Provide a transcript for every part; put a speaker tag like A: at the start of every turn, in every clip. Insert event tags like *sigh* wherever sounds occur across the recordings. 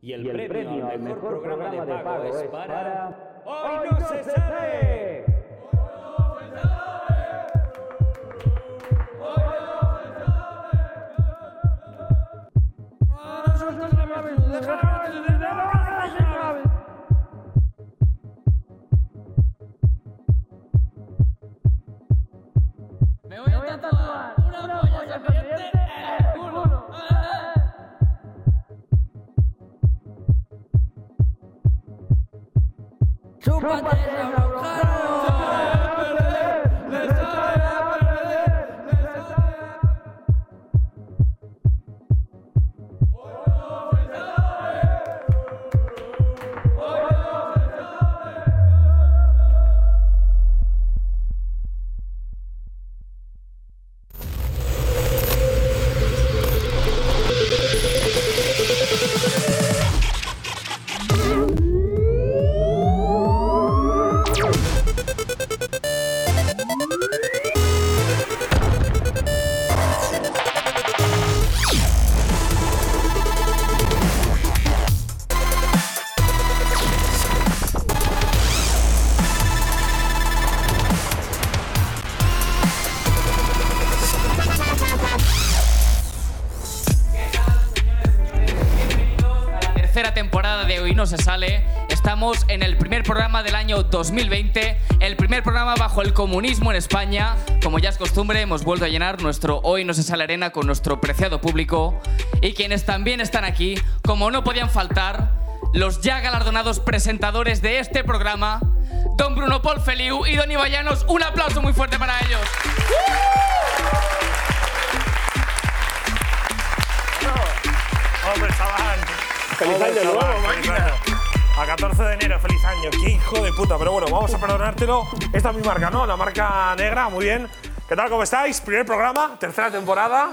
A: Y el,
B: Y el
A: premio,
B: premio
A: al mejor programa, de pago, es para... ¡Hoy no, se, sabe!
C: Me voy a tatuar una polla serpiente en el culo. Eh, eh. Chúpate esa
D: tercera temporada de Hoy No Se Sale. Estamos en el primer programa del año 2020, el primer programa bajo el comunismo en España. Como ya es costumbre, hemos vuelto a llenar nuestro Hoy No Se Sale Arena con nuestro preciado público. Y quienes también están aquí, como no podían faltar, los ya galardonados presentadores de este programa, don Bruno Paul Feliu y don Iba Llanos. Un aplauso muy fuerte para ellos.
E: Hombre, chaval.
B: ¡Feliz
E: Hombre,
B: año nuevo,
E: chaval, feliz
B: máquina!
E: año. A 14 de enero, feliz año. ¡Qué hijo de puta! Pero bueno, vamos a perdonártelo. Esta es mi marca, ¿no? La marca negra, muy bien. ¿Qué tal? ¿Cómo estáis? Primer programa, tercera temporada.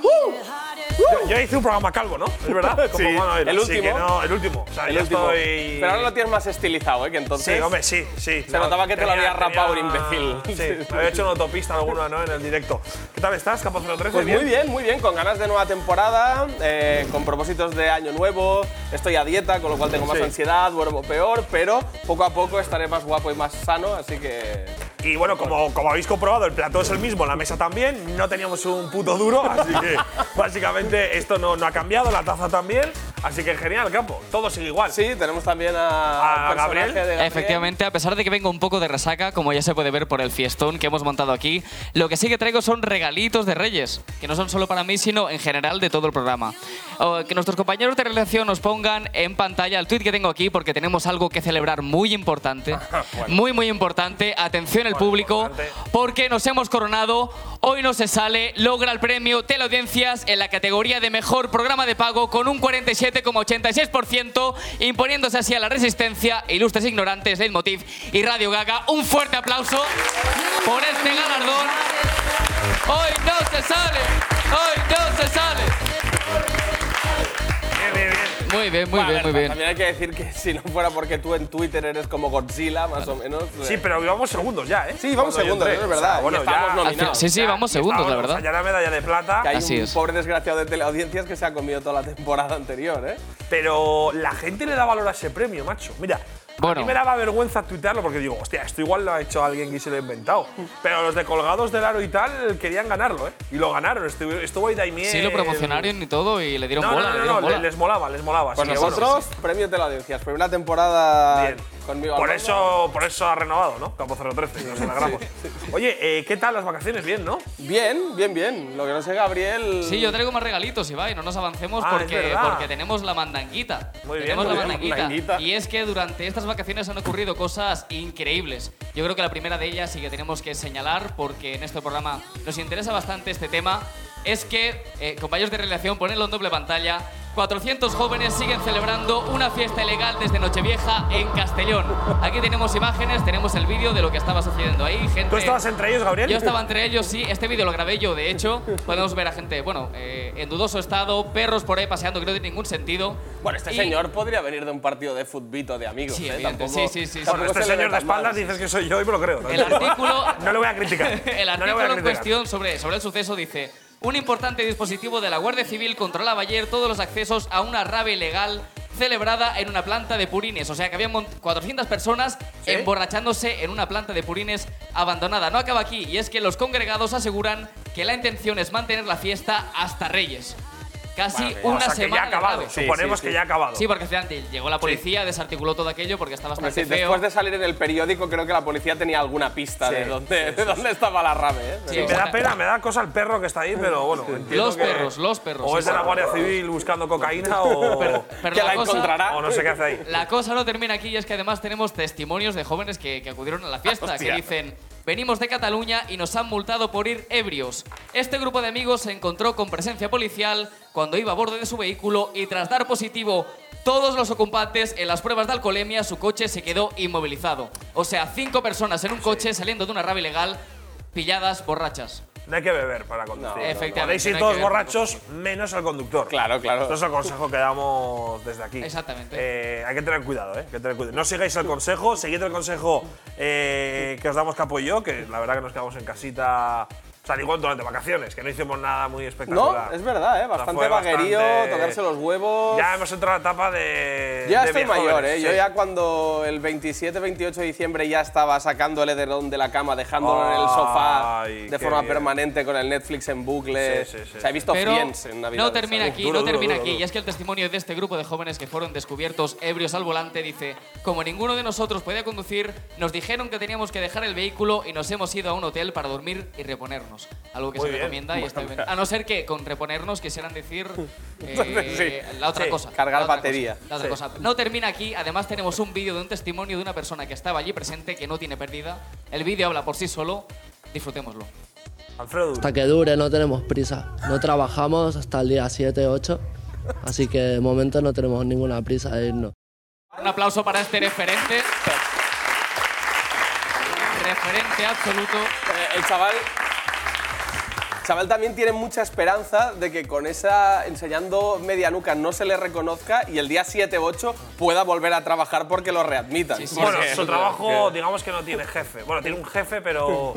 E: Yo, yo hice un programa calvo, ¿no? ¿Es verdad?
F: ¡Uh! *laughs* Sí,
E: era,
F: el
E: así que
F: último.
E: no, el último. O sea,
F: El
E: yo
F: último.
E: estoy…
F: Pero ahora lo tienes más estilizado, ¿eh? Que
E: Sí,
F: entonces.
E: hombre, sí, sí.
F: Se notaba que te lo había rapado un imbécil.
E: Sí, me había hecho una autopista alguna, ¿no? En el directo. ¿Qué tal estás, Capo 03?
F: Pues muy bien, muy bien, con ganas de nueva temporada, eh, con propósitos de año nuevo, estoy a dieta, con lo cual tengo más
E: Sí.
F: ansiedad, duermo peor, pero poco a poco estaré más guapo y más sano, así que...
E: Y bueno, como, como habéis comprobado, el plató es el mismo, la mesa también. No teníamos un puto duro, así
F: *laughs*
E: que básicamente esto no, no ha cambiado, la taza también. Así que genial, Capo. Todo sigue igual.
F: Sí, tenemos también a,
E: ¿A
F: al personaje
E: Gabriel?
F: de Gabriel.
D: Efectivamente, a pesar de que vengo un poco de resaca, como ya se puede ver por el fiestón que hemos montado aquí, lo que sí que traigo son regalitos de Reyes, que no son solo para mí, sino en general de todo el programa. O que nuestros compañeros de redacción nos pongan en pantalla el tweet que tengo aquí, porque tenemos algo que celebrar muy importante, muy, muy importante. Atención el público,
E: importante.
D: porque nos hemos coronado. Hoy no se sale, logra el premio Teleaudiencias en la categoría de mejor programa de pago con un 47,86%, imponiéndose así a la Resistencia, Ilustres Ignorantes, Leitmotiv y Radio Gaga. Un fuerte aplauso por este galardón. Hoy no se sale, hoy no se sale.
E: Bien, bien, bien.
D: Muy bien, muy
F: Bueno, a
D: bien,
F: ver,
D: muy bien.
F: También hay que decir que si no fuera porque tú en Twitter eres como Godzilla, más o menos.
E: Sí,
F: eh,
E: pero vamos segundos ya, ¿eh?
F: Sí, vamos
E: Cuando yo
F: segundos,
E: entré.
F: es verdad.
E: O sea, bueno,
F: y estamos
E: ya.
D: Al final-
F: nominados.
D: Sí, sí, vamos segundos, la
E: Ahora, o sea, ya
D: verdad.
E: la medalla de plata.
F: Que hay
D: Así
F: un
D: es.
F: pobre desgraciado de teleaudiencias que se ha comido toda la temporada anterior, ¿eh?
E: Pero la gente le da valor a ese premio, macho. Mira, a
D: Bueno.
E: mí me daba vergüenza tuitearlo porque digo, hostia, esto igual lo ha hecho alguien que se lo ha inventado. Pero los de Colgados del Aro y tal querían ganarlo, ¿eh? Y lo ganaron. Estuvo, estuvo ahí Daimiel.
D: Sí, lo promocionaron eh, y todo, y le dieron
E: No, no,
D: bola.
E: no,
D: le
E: no,
D: dieron
E: le-
D: bola.
E: les molaba, les molaba.
F: Pues
E: así que
F: nosotros, ah, premio teleaudiencias, primera temporada
E: bueno, bien.
F: conmigo. al
E: Por
F: mando.
E: eso, por eso ha renovado, ¿no? Campo 013, nos alegramos. Oye, eh, ¿qué tal las vacaciones? Bien, ¿no?
F: Bien, bien, bien. Lo que no sé, Gabriel.
D: Sí, yo traigo más regalitos, Ibai, no nos avancemos
E: Ah, es
D: porque,
E: verdad.
D: porque tenemos la mandanguita.
E: Muy bien,
D: tenemos
E: muy
D: la
E: bien,
D: mandanguita.
F: mandanguita.
D: Y es que durante estas vacaciones han ocurrido cosas increíbles. Yo creo que la primera de ellas y que tenemos que señalar porque en este programa nos interesa bastante este tema es que, eh, compañeros de relación, ponedlo en doble pantalla. 400 jóvenes siguen celebrando una fiesta ilegal desde Nochevieja en Castellón. Aquí tenemos imágenes, tenemos el vídeo de lo que estaba sucediendo ahí. Gente
E: ¿Tú estabas entre ellos, Gabriel?
D: Eh, yo estaba entre ellos, sí. Este vídeo lo grabé yo, de hecho. Podemos ver a gente, bueno, eh, en dudoso estado, perros por ahí paseando que no tiene ningún sentido.
F: Bueno, este
D: Y-
F: señor podría venir de un partido de futbito de amigos.
D: Sí,
F: ¿eh?
D: evidente.
F: Tampoco-
D: Sí, sí, sí, sí.
F: tampoco
E: Bueno, este
F: se le ve
E: señor de
F: tan mal.
E: espaldas dices que soy yo y me lo creo. *laughs*
D: El artículo.
E: No lo voy a criticar.
D: *laughs* El
E: No le
D: artículo
E: voy a
D: en
E: criticar.
D: cuestión sobre, sobre el suceso dice: Un importante dispositivo de la Guardia Civil controlaba ayer todos los accesos a una rave ilegal celebrada en una planta de purines. O sea que había mon- 400 personas emborrachándose en una planta de purines abandonada. No acaba aquí, y es que los congregados aseguran que la intención es mantener la fiesta hasta Reyes. Casi
F: Vale,
D: una
E: o sea, que ya
D: semana.
E: ha acabado.
D: grave.
F: Sí,
E: Suponemos
F: sí,
E: que
F: sí.
E: ya ha acabado.
D: Sí, porque finalmente llegó la policía, desarticuló todo aquello porque estaba
F: Hombre,
D: bastante
F: sí,
D: feo.
F: después de salir en el periódico, creo que la policía tenía alguna pista de dónde, de dónde estaba la rave. ¿eh?
D: Sí,
F: Pero-
E: me da pena, me da cosa el perro que está ahí, pero bueno. entiendo
D: Los
E: que-
D: perros, los perros.
E: O
D: sí,
E: es de la
D: sí.
E: Guardia Civil buscando cocaína o,
D: Pero
F: que
D: la
F: la,
D: cosa-
F: encontrará.
E: o no sé qué hace ahí.
D: La cosa no termina aquí y es que además tenemos testimonios de jóvenes que, que acudieron a la fiesta, que
F: Hostia.
D: dicen, venimos de Cataluña y nos han multado por ir ebrios. Este grupo de amigos se encontró con presencia policial cuando iba a bordo de su vehículo y tras dar positivo todos los ocupantes en las pruebas de alcoholemia, su coche se quedó inmovilizado. O sea, cinco personas en un coche saliendo de una rave ilegal, pilladas, borrachas.
E: No hay que beber para conducir.
F: No, no,
D: Efectivamente,
E: Podéis
D: no
E: ir
D: hay
E: todos
D: que beber.
E: borrachos, menos el conductor.
F: Claro, claro.
E: Esto es el consejo que damos desde aquí.
D: Exactamente.
E: Eh, hay que tener cuidado, ¿eh? Hay que tener cuidado. No sigáis el consejo, seguid el consejo eh, que os damos Capo y yo, que la verdad que nos quedamos en casita. O sea, digo, durante vacaciones, que no hicimos nada muy espectacular.
F: No, es verdad, ¿eh?
E: O sea,
F: Bastante
E: fue
F: vaguerío,
E: bastante-
F: tocarse los huevos.
E: Ya hemos entrado a la etapa de.
F: Yo ya
E: de
F: estoy
E: viejovenes,
F: mayor, ¿eh? Yo
E: sí.
F: ya cuando el 27, 28 de diciembre ya estaba sacando el edredón de la cama, dejándolo en el sofá
E: Ay,
F: de
E: qué
F: forma
E: bien.
F: permanente con el Netflix en bucle.
E: Sí, sí, sí,
F: o sea, he
E: sí.
F: visto
D: Pero
F: Friends en Navidad.
D: no termina
F: ¿sabes?
D: aquí,
E: Duro,
D: no
E: duro,
D: termina
E: duro,
D: aquí.
E: duro.
D: Y es que el testimonio de este grupo de jóvenes que fueron descubiertos ebrios al volante dice, como ninguno de nosotros podía conducir, nos dijeron que teníamos que dejar el vehículo y nos hemos ido a un hotel para dormir y reponernos. Algo que
E: Muy
D: se
E: bien.
D: recomienda y está bien. A no ser que con reponernos
E: *laughs*
D: quisieran decir eh,
E: Sí,
D: la otra
E: sí,
D: cosa.
F: cargar
D: la otra
F: batería.
D: cosa, la otra
E: Sí.
D: cosa. No termina aquí, además tenemos un vídeo de un testimonio de una persona que estaba allí presente que no tiene pérdida. El vídeo habla por sí solo, disfrutémoslo.
E: Alfredo,
B: Hasta que dure, no tenemos prisa. No trabajamos hasta el día 7, 8. Así que de momento no tenemos ninguna prisa de irnos.
D: Un aplauso para este referente. referente absoluto.
F: Eh, el chaval. el chaval también tiene mucha esperanza de que con esa enseñando media nuca no se le reconozca y el día 7-8 pueda volver a trabajar porque lo readmitan.
D: Sí, sí,
F: Porque-
E: Bueno,
D: Sí,
E: su trabajo, digamos que no tiene jefe. Bueno, tiene un jefe, pero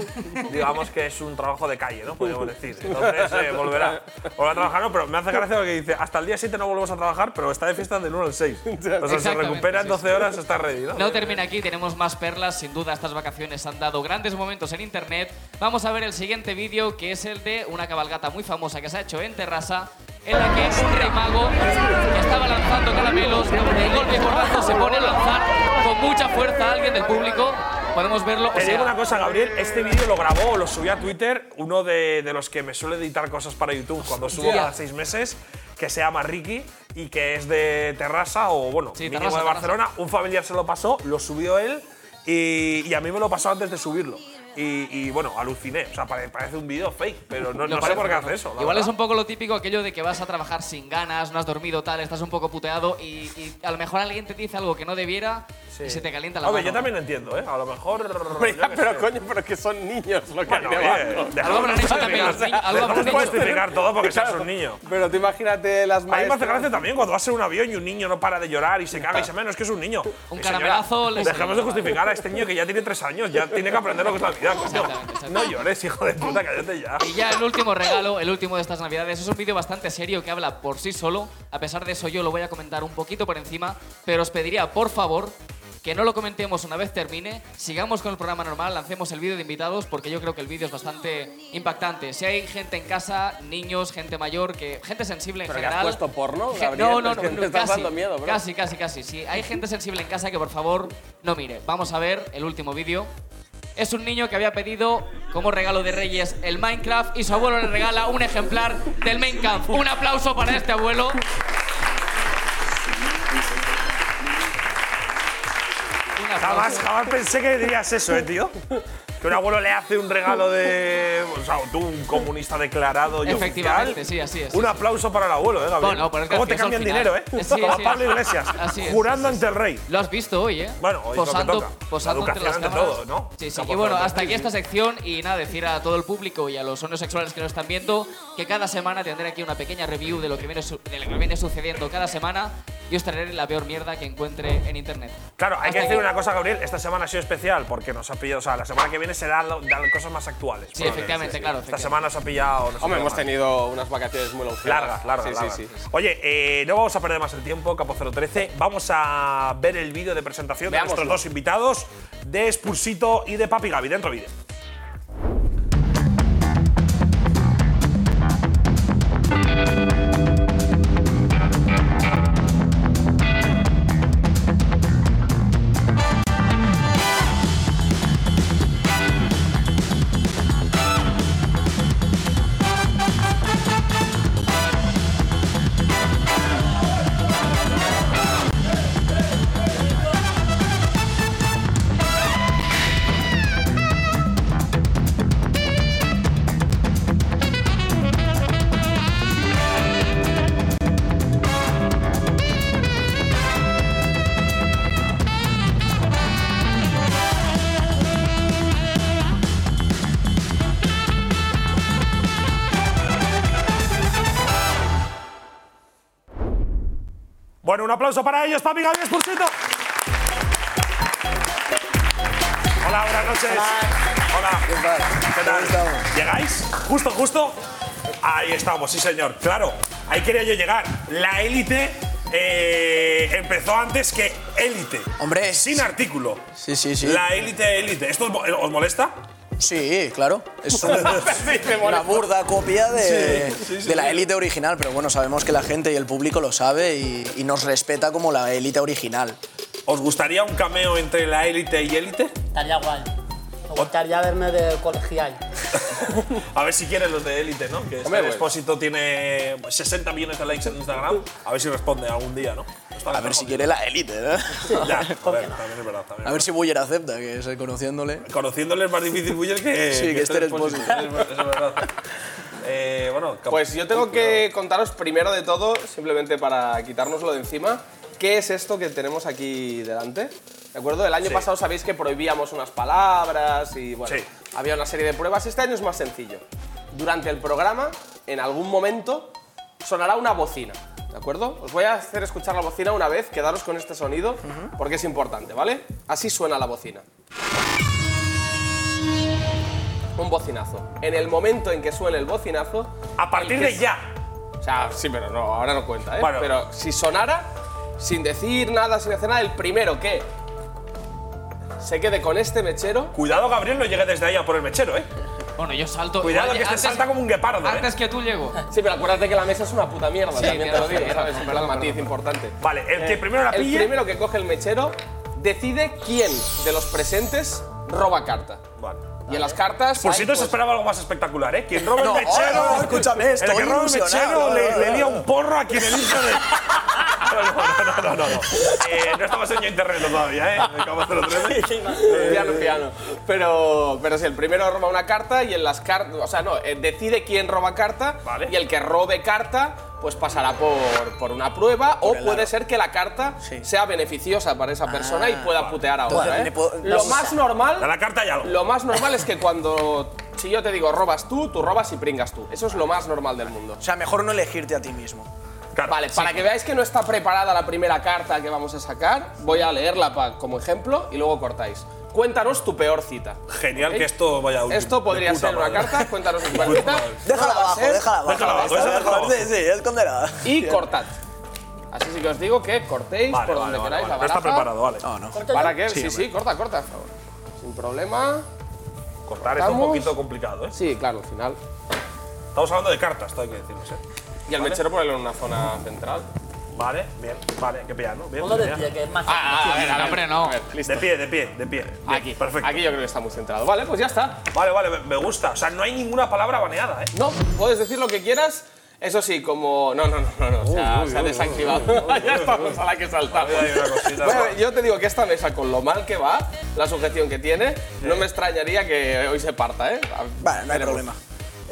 E: digamos que es un trabajo de calle, ¿no? Podríamos decir. Entonces eh, volverá, volverá a trabajar, no, pero me hace gracia lo que dice, hasta el día 7 no volvemos a trabajar, pero está de fiesta del 1 al
F: *laughs*
E: 6. O sea, se
D: Exactamente,
E: recupera en
D: sí,
E: 12 horas, está ready, ¿no?
D: No termina aquí, tenemos más perlas. Sin duda, estas vacaciones han dado grandes momentos en internet. Vamos a ver el siguiente vídeo, que es el de una cabalgata muy famosa que se ha hecho en terraza, en la que un rey mago que estaba lanzando caramelos, de golpe y porrazo se pone a lanzar con mucha fuerza a alguien del público. Podemos verlo. o
E: Te digo
D: sea, eh,
E: una cosa, Gabriel, este vídeo lo grabó o lo subió a Twitter uno de, de los que me suele editar cosas para YouTube cuando subo
D: Hostia.
E: cada seis meses, que se llama Ricky y que es de Terrassa o, bueno,
D: Sí,
E: mínimo
D: Terrassa,
E: de
D: Terrassa.
E: Barcelona. Un familiar se lo pasó, lo subió él y, y a mí me lo pasó antes de subirlo. Y, y, bueno, aluciné. O sea, pare- parece un vídeo fake, pero no,
D: Lo
E: no sé
D: parece,
E: por qué
D: *laughs* ¿no?
E: hace eso. la
D: Igual es
E: verdad.
D: un poco lo típico aquello de que vas a trabajar sin ganas, no has dormido tal, estás un poco puteado y, y a lo mejor alguien te dice algo que no debiera y se te calienta la
E: Hombre,
D: mano.
E: yo también lo entiendo, ¿eh? A lo
D: *laughs*
E: mejor.
F: Hombre, ya,
E: yo qué
F: pero
E: sé.
F: coño, pero que son niños lo que
E: Bueno,
F: hay
E: oye,
F: debajo.
E: dejadnos
D: Algo habrán hecho
E: justificar,
D: también los niños, algo habrán
E: dejadnos
D: hecho.
E: justificar todo porque seas *laughs* un niño.
F: Pero tú imagínate las
E: A mí me
F: maestras.
E: hace gracia también cuando vas en un avión y un niño no para de llorar y se caga y se menos que es un niño.
D: Un
E: Eh,
D: caramelazo le-
E: Dejemos de justificar a este niño que ya tiene tres años, ya tiene que aprender lo que es la vida. coño.
D: Exactamente, exactamente.
E: No llores, hijo de puta, cállate ya.
D: Y ya el último regalo, el último de estas navidades, es un vídeo bastante serio que habla por sí solo. A pesar de eso, yo lo voy a comentar un poquito por encima, pero os pediría, por favor, que no lo comentemos una vez termine, sigamos con el programa normal, lancemos el vídeo de invitados, porque yo creo que el vídeo es bastante impactante. Si hay gente en casa, niños, gente mayor, que gente sensible en
F: ¿Pero que has
D: general.
F: puesto porno,
D: Ge-
F: Gabriel?
D: No, no,
F: Es
D: no,
F: que
D: no,
F: me estás
D: casi,
F: dando miedo, bro.
D: casi, casi, casi. Si hay gente sensible en casa, que por favor no mire. Vamos a ver el último vídeo. Es un niño que había pedido como regalo de Reyes el Minecraft y su abuelo le regala un ejemplar del Main Camp. Un aplauso para este abuelo. Un
E: Jamás,
D: aplauso.
E: jamás pensé que dirías eso, eh, tío. Que un abuelo le hace un regalo de. O sea, tú, un comunista declarado y
D: Efectivamente,
E: oficial.
D: sí, así es.
E: Un aplauso para el abuelo, ¿eh, Gabriel?
D: Bueno, pero es que
E: ¿Cómo
D: al
E: te
D: final
E: cambian
D: es al
E: dinero, eh?
D: final. Sí,
E: Como
D: sí.
E: Pablo Iglesias,
D: Así es,
E: jurando
D: así es.
E: ante el rey.
D: Lo has visto hoy, ¿eh?
E: Bueno, hoy es lo que
D: posando,
E: toca.
D: posando
E: La
D: entre las
E: educación ante
D: cámaras.
E: todo, ¿no?
D: Sí, sí.
E: Estamos
D: Y bueno,
E: hablando
D: hasta
E: de-
D: aquí esta sección y nada, decir a todo el público y a los homosexuales que nos están viendo que cada semana tendré aquí una pequeña review de lo que viene, su- de lo que viene sucediendo cada semana y os traeré la peor mierda que encuentre en internet.
E: Claro, hay
D: Hasta
E: que decir
D: aquí.
E: una cosa, Gabriel. Esta semana ha sido especial porque nos ha pillado. O sea, la semana que viene vacaciones serán lo- dan cosas más actuales.
D: Sí,
E: probablemente.
D: efectivamente, claro,
E: Esta semana
D: efectivamente.
E: se ha pillado. no sé
F: Hombre,
E: qué
F: hemos
E: más.
F: tenido unas vacaciones muy longevas.
E: Largas, largas,
F: Sí,
E: largas.
F: sí, sí.
E: Oye, eh, no vamos a perder más el tiempo, Capo 013. Vamos a ver el vídeo de presentación
F: Veámoslo.
E: de nuestros dos invitados, de Spursito y de Papi Gaby. Dentro vídeo. Bueno, un aplauso para ellos, Papi Gaby y Spursito. Hola, buenas noches. Hola.
G: ¿Qué tal?
E: ¿Qué tal?
G: ¿Cómo estamos?
E: ¿Llegáis? Justo, justo. Ahí estamos, sí señor. Claro, ahí quería yo llegar. La élite eh, empezó antes que élite.
G: Hombre.
E: Sin artículo.
G: Sí, sí, sí.
E: La élite, élite. ¿Esto os mo- eh, os molesta?
G: *laughs* Sí, claro. Es un- una burda copia de, de la élite original, pero bueno, sabemos que la gente y el público lo sabe y, y nos respeta como la élite original.
E: ¿Os gustaría un cameo entre la élite y élite?
H: Estaría guay. Me gustaría verme de colegial.
E: *laughs* A ver si quieren los de élite, ¿no? Que
F: Hombre,
E: este
G: pues.
F: bueno.
E: expósito tiene 60 millones de likes en Instagram. A ver si responde algún día, ¿no? Está
G: A ver si quiere la élite, ¿eh? *laughs*
E: Ya, a ver, también es verdad. También.
G: A ver si Buller acepta, que es eh, conociéndole.
E: Conociéndole es más difícil Buller que.
G: Sí, que este Esther Expósito.
E: Expósito. Es verdad. Eh, bueno, cap-
F: Pues yo tengo que contaros primero de todo, simplemente para quitárnoslo de encima, qué es esto que tenemos aquí delante. ¿De acuerdo? El año
E: Sí.
F: pasado sabéis que prohibíamos unas palabras y bueno,
E: Sí.
F: había una serie de pruebas. Este año es más sencillo. Durante el programa, en algún momento, sonará una bocina. ¿De acuerdo? Os voy a hacer escuchar la bocina una vez, quedaros con este sonido, porque es importante, ¿vale? Así suena la bocina. Un bocinazo. En el momento en que suene el bocinazo,
E: A partir de ya.
F: o sea, sí, pero no, ahora no cuenta, ¿eh?
E: Bueno.
F: Pero si sonara, sin decir nada, sin hacer nada, el primero que se quede con este mechero.
E: Cuidado, Gabriel, no llegue desde ahí a por el mechero, ¿eh?
G: Pues
D: Bueno, yo salto.
E: Cuidado,
D: Oye,
E: que este
D: antes-
E: salta como un guepardo. ¿eh?
D: Antes que tú llego.
F: Sí, pero acuérdate que la mesa es una puta mierda,
D: Sí,
F: también te lo
D: tienes
F: digo,
D: razón,
F: ¿sabes?
D: perdón,
F: Es un
D: perdón.
F: matiz importante.
E: Vale, el
G: Eh,
E: que primero la
F: El
E: pille.
F: primero que coge el mechero decide quién de los presentes roba carta.
E: Vale.
F: Y en las cartas.
E: Por
F: hay,
E: si no se
F: pues,
E: esperaba algo más espectacular, ¿eh? Quien roba
G: No,
E: el mechero.
G: no, no, escúchame,
E: El que
G: estoy
E: roba el
G: ilusionado,
E: mechero
G: no,
E: le,
G: no,
E: le
G: no.
E: lía un porro a quien elige de. *laughs* No, no, no, no, no. No, Eh, no estamos en internet todavía, ¿eh? Me acabo de
G: *laughs*
E: hacer otro. eh.
F: Piano, piano. Pero, pero sí, el primero roba una carta y en las cartas. O sea, no, eh, decide quién roba carta
E: Vale.
F: y el que robe carta, pues pasará por, por una prueba o puede ser que la carta
G: Sí.
F: sea beneficiosa para esa persona y pueda putear a
G: Entonces,
F: otra. ¿eh?
G: le puedo-
F: Lo
G: no,
F: más
E: A la
F: normal.
E: carta ya algo.
F: Lo más normal es que cuando. Si yo te digo robas tú, tú robas y pringas tú. Eso es lo más normal del mundo.
G: O sea, mejor no elegirte a ti mismo.
E: Claro.
F: Vale, para que veáis que no está preparada la primera carta que vamos a sacar, voy a leerla pa- como ejemplo y luego cortáis. Cuéntanos tu peor cita.
E: Genial
F: ¿Ok?
E: que esto vaya útil.
F: Esto podría
E: De puta
F: ser una
E: madre.
F: carta, cuéntanos tu
E: puta
F: partida.
E: madre.
G: Déjala abajo, déjala abajo.
E: Déjala abajo, esa déjala abajo.
G: Sí, sí, escóndela.
F: Y cortad. Así sí que os digo que cortéis
E: Vale,
F: por
E: vale,
F: donde
E: vale,
F: queráis
E: vale. No
F: la
E: está
F: baraja.
E: preparado, vale.
G: No, no.
F: ¿Para qué? Sí, sí, corta, corta, por favor. Sin problema.
E: Cortar es un
F: Cortamos.
E: poquito complicado, ¿eh?
F: Sí, claro, al final.
E: Estamos hablando de cartas, esto hay que decirlo, ¿eh?
F: Y el mechero ponerlo en una zona central.
E: Vale, bien, vale, hay que pillarlo. Bien,
H: Ponlo de
E: bien.
H: pie, que es más
D: Ah, a ver, hombre, no.
E: De pie, de pie, de pie. Bien,
F: Aquí,
E: perfecto.
F: aquí yo creo que está muy centrado. Vale, pues ya está.
E: Vale, vale, me- me gusta. O sea, no hay ninguna palabra baneada, ¿eh?
F: No, puedes decir lo que quieras. Eso sí, como. No, no, no, no, no. O sea, se ha desactivado. ya estamos a la que saltamos.
E: Hay una cosita.
F: Bueno, yo te digo que esta mesa, con lo mal que va, la sujeción que tiene, no me extrañaría que hoy se parta, ¿eh?
G: Vale, no hay problema.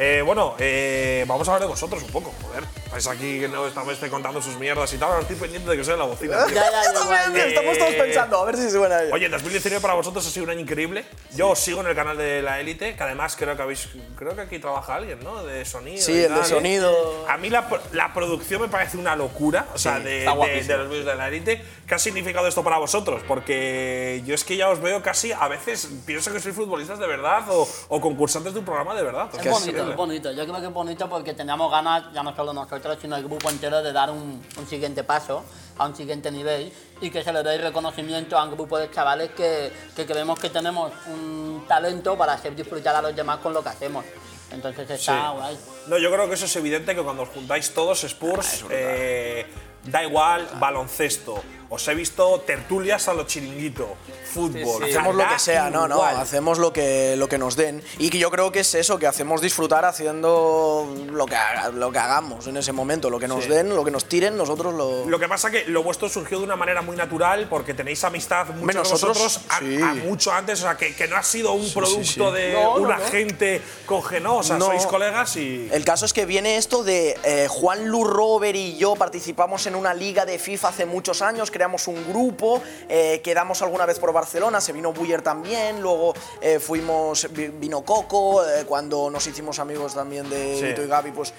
E: Eh, bueno, eh, vamos a hablar de vosotros un poco, joder. Estáis aquí que no está este contando sus mierdas y tal, ahora estoy pendiente de que sea la bocina. tío.
H: Ya, ya,
G: Yo
H: ya, igual.
G: también, tío, *laughs* estamos todos pensando, a ver si suena bien.
E: Oye, el 2019 para vosotros ha sido un año increíble. Yo os sigo en el canal de La Élite, que además creo que habéis, creo que aquí trabaja alguien, ¿no? De sonido.
G: Sí,
E: y
G: el de
E: tal, ¿eh?
G: sonido.
E: A mí la, pro- la producción me parece una locura, o sea,
G: Sí,
E: de,
F: está
E: de-
F: guapísimo.
E: de los vídeos de La Élite. ¿Qué ha significado esto para vosotros? Porque yo es que ya os veo casi, a veces pienso que sois futbolistas de verdad o, o concursantes de un programa de verdad.
H: Es bonito, es bonito. Yo creo que es bonito porque teníamos ganas, ya no solo nosotros, sino el grupo entero, de dar un, un siguiente paso a un siguiente nivel y que se le dé reconocimiento a un grupo de chavales que, que creemos que tenemos un talento para hacer disfrutar a los demás con lo que hacemos. Entonces está
E: Sí.
H: guay.
E: No, yo creo que eso es evidente que cuando os juntáis todos
G: Ah,
E: Spurs, eh, da igual baloncesto. Os he visto tertulias a lo chiringuito, fútbol.
G: Hacemos lo
E: da
G: que sea, no, no,
E: igual.
G: hacemos lo que, lo que nos den. Y que yo creo que es eso, que hacemos disfrutar haciendo lo que, haga- lo que hagamos en ese momento, lo que nos den, lo que nos tiren, nosotros lo...
E: Lo que pasa que lo vuestro surgió de una manera muy natural porque tenéis amistad mucho
G: Hombre,
E: de
G: nosotros,
E: vosotros a,
G: sí.
E: a mucho antes, o sea, que, que no ha sido un producto
G: sí.
E: de
F: No, no,
E: una
F: no.
E: gente congenosa,
G: No.
E: sois colegas y…
G: El caso es que viene esto de eh, Juan Lu Robert y yo participamos en una liga de FIFA hace muchos años, creamos un grupo, eh, quedamos alguna vez por Barcelona, se vino Buyer también, luego eh, fuimos, vi- vino Coco, eh, cuando nos hicimos amigos también de
E: Sí.
G: Vito y Gaby, pues.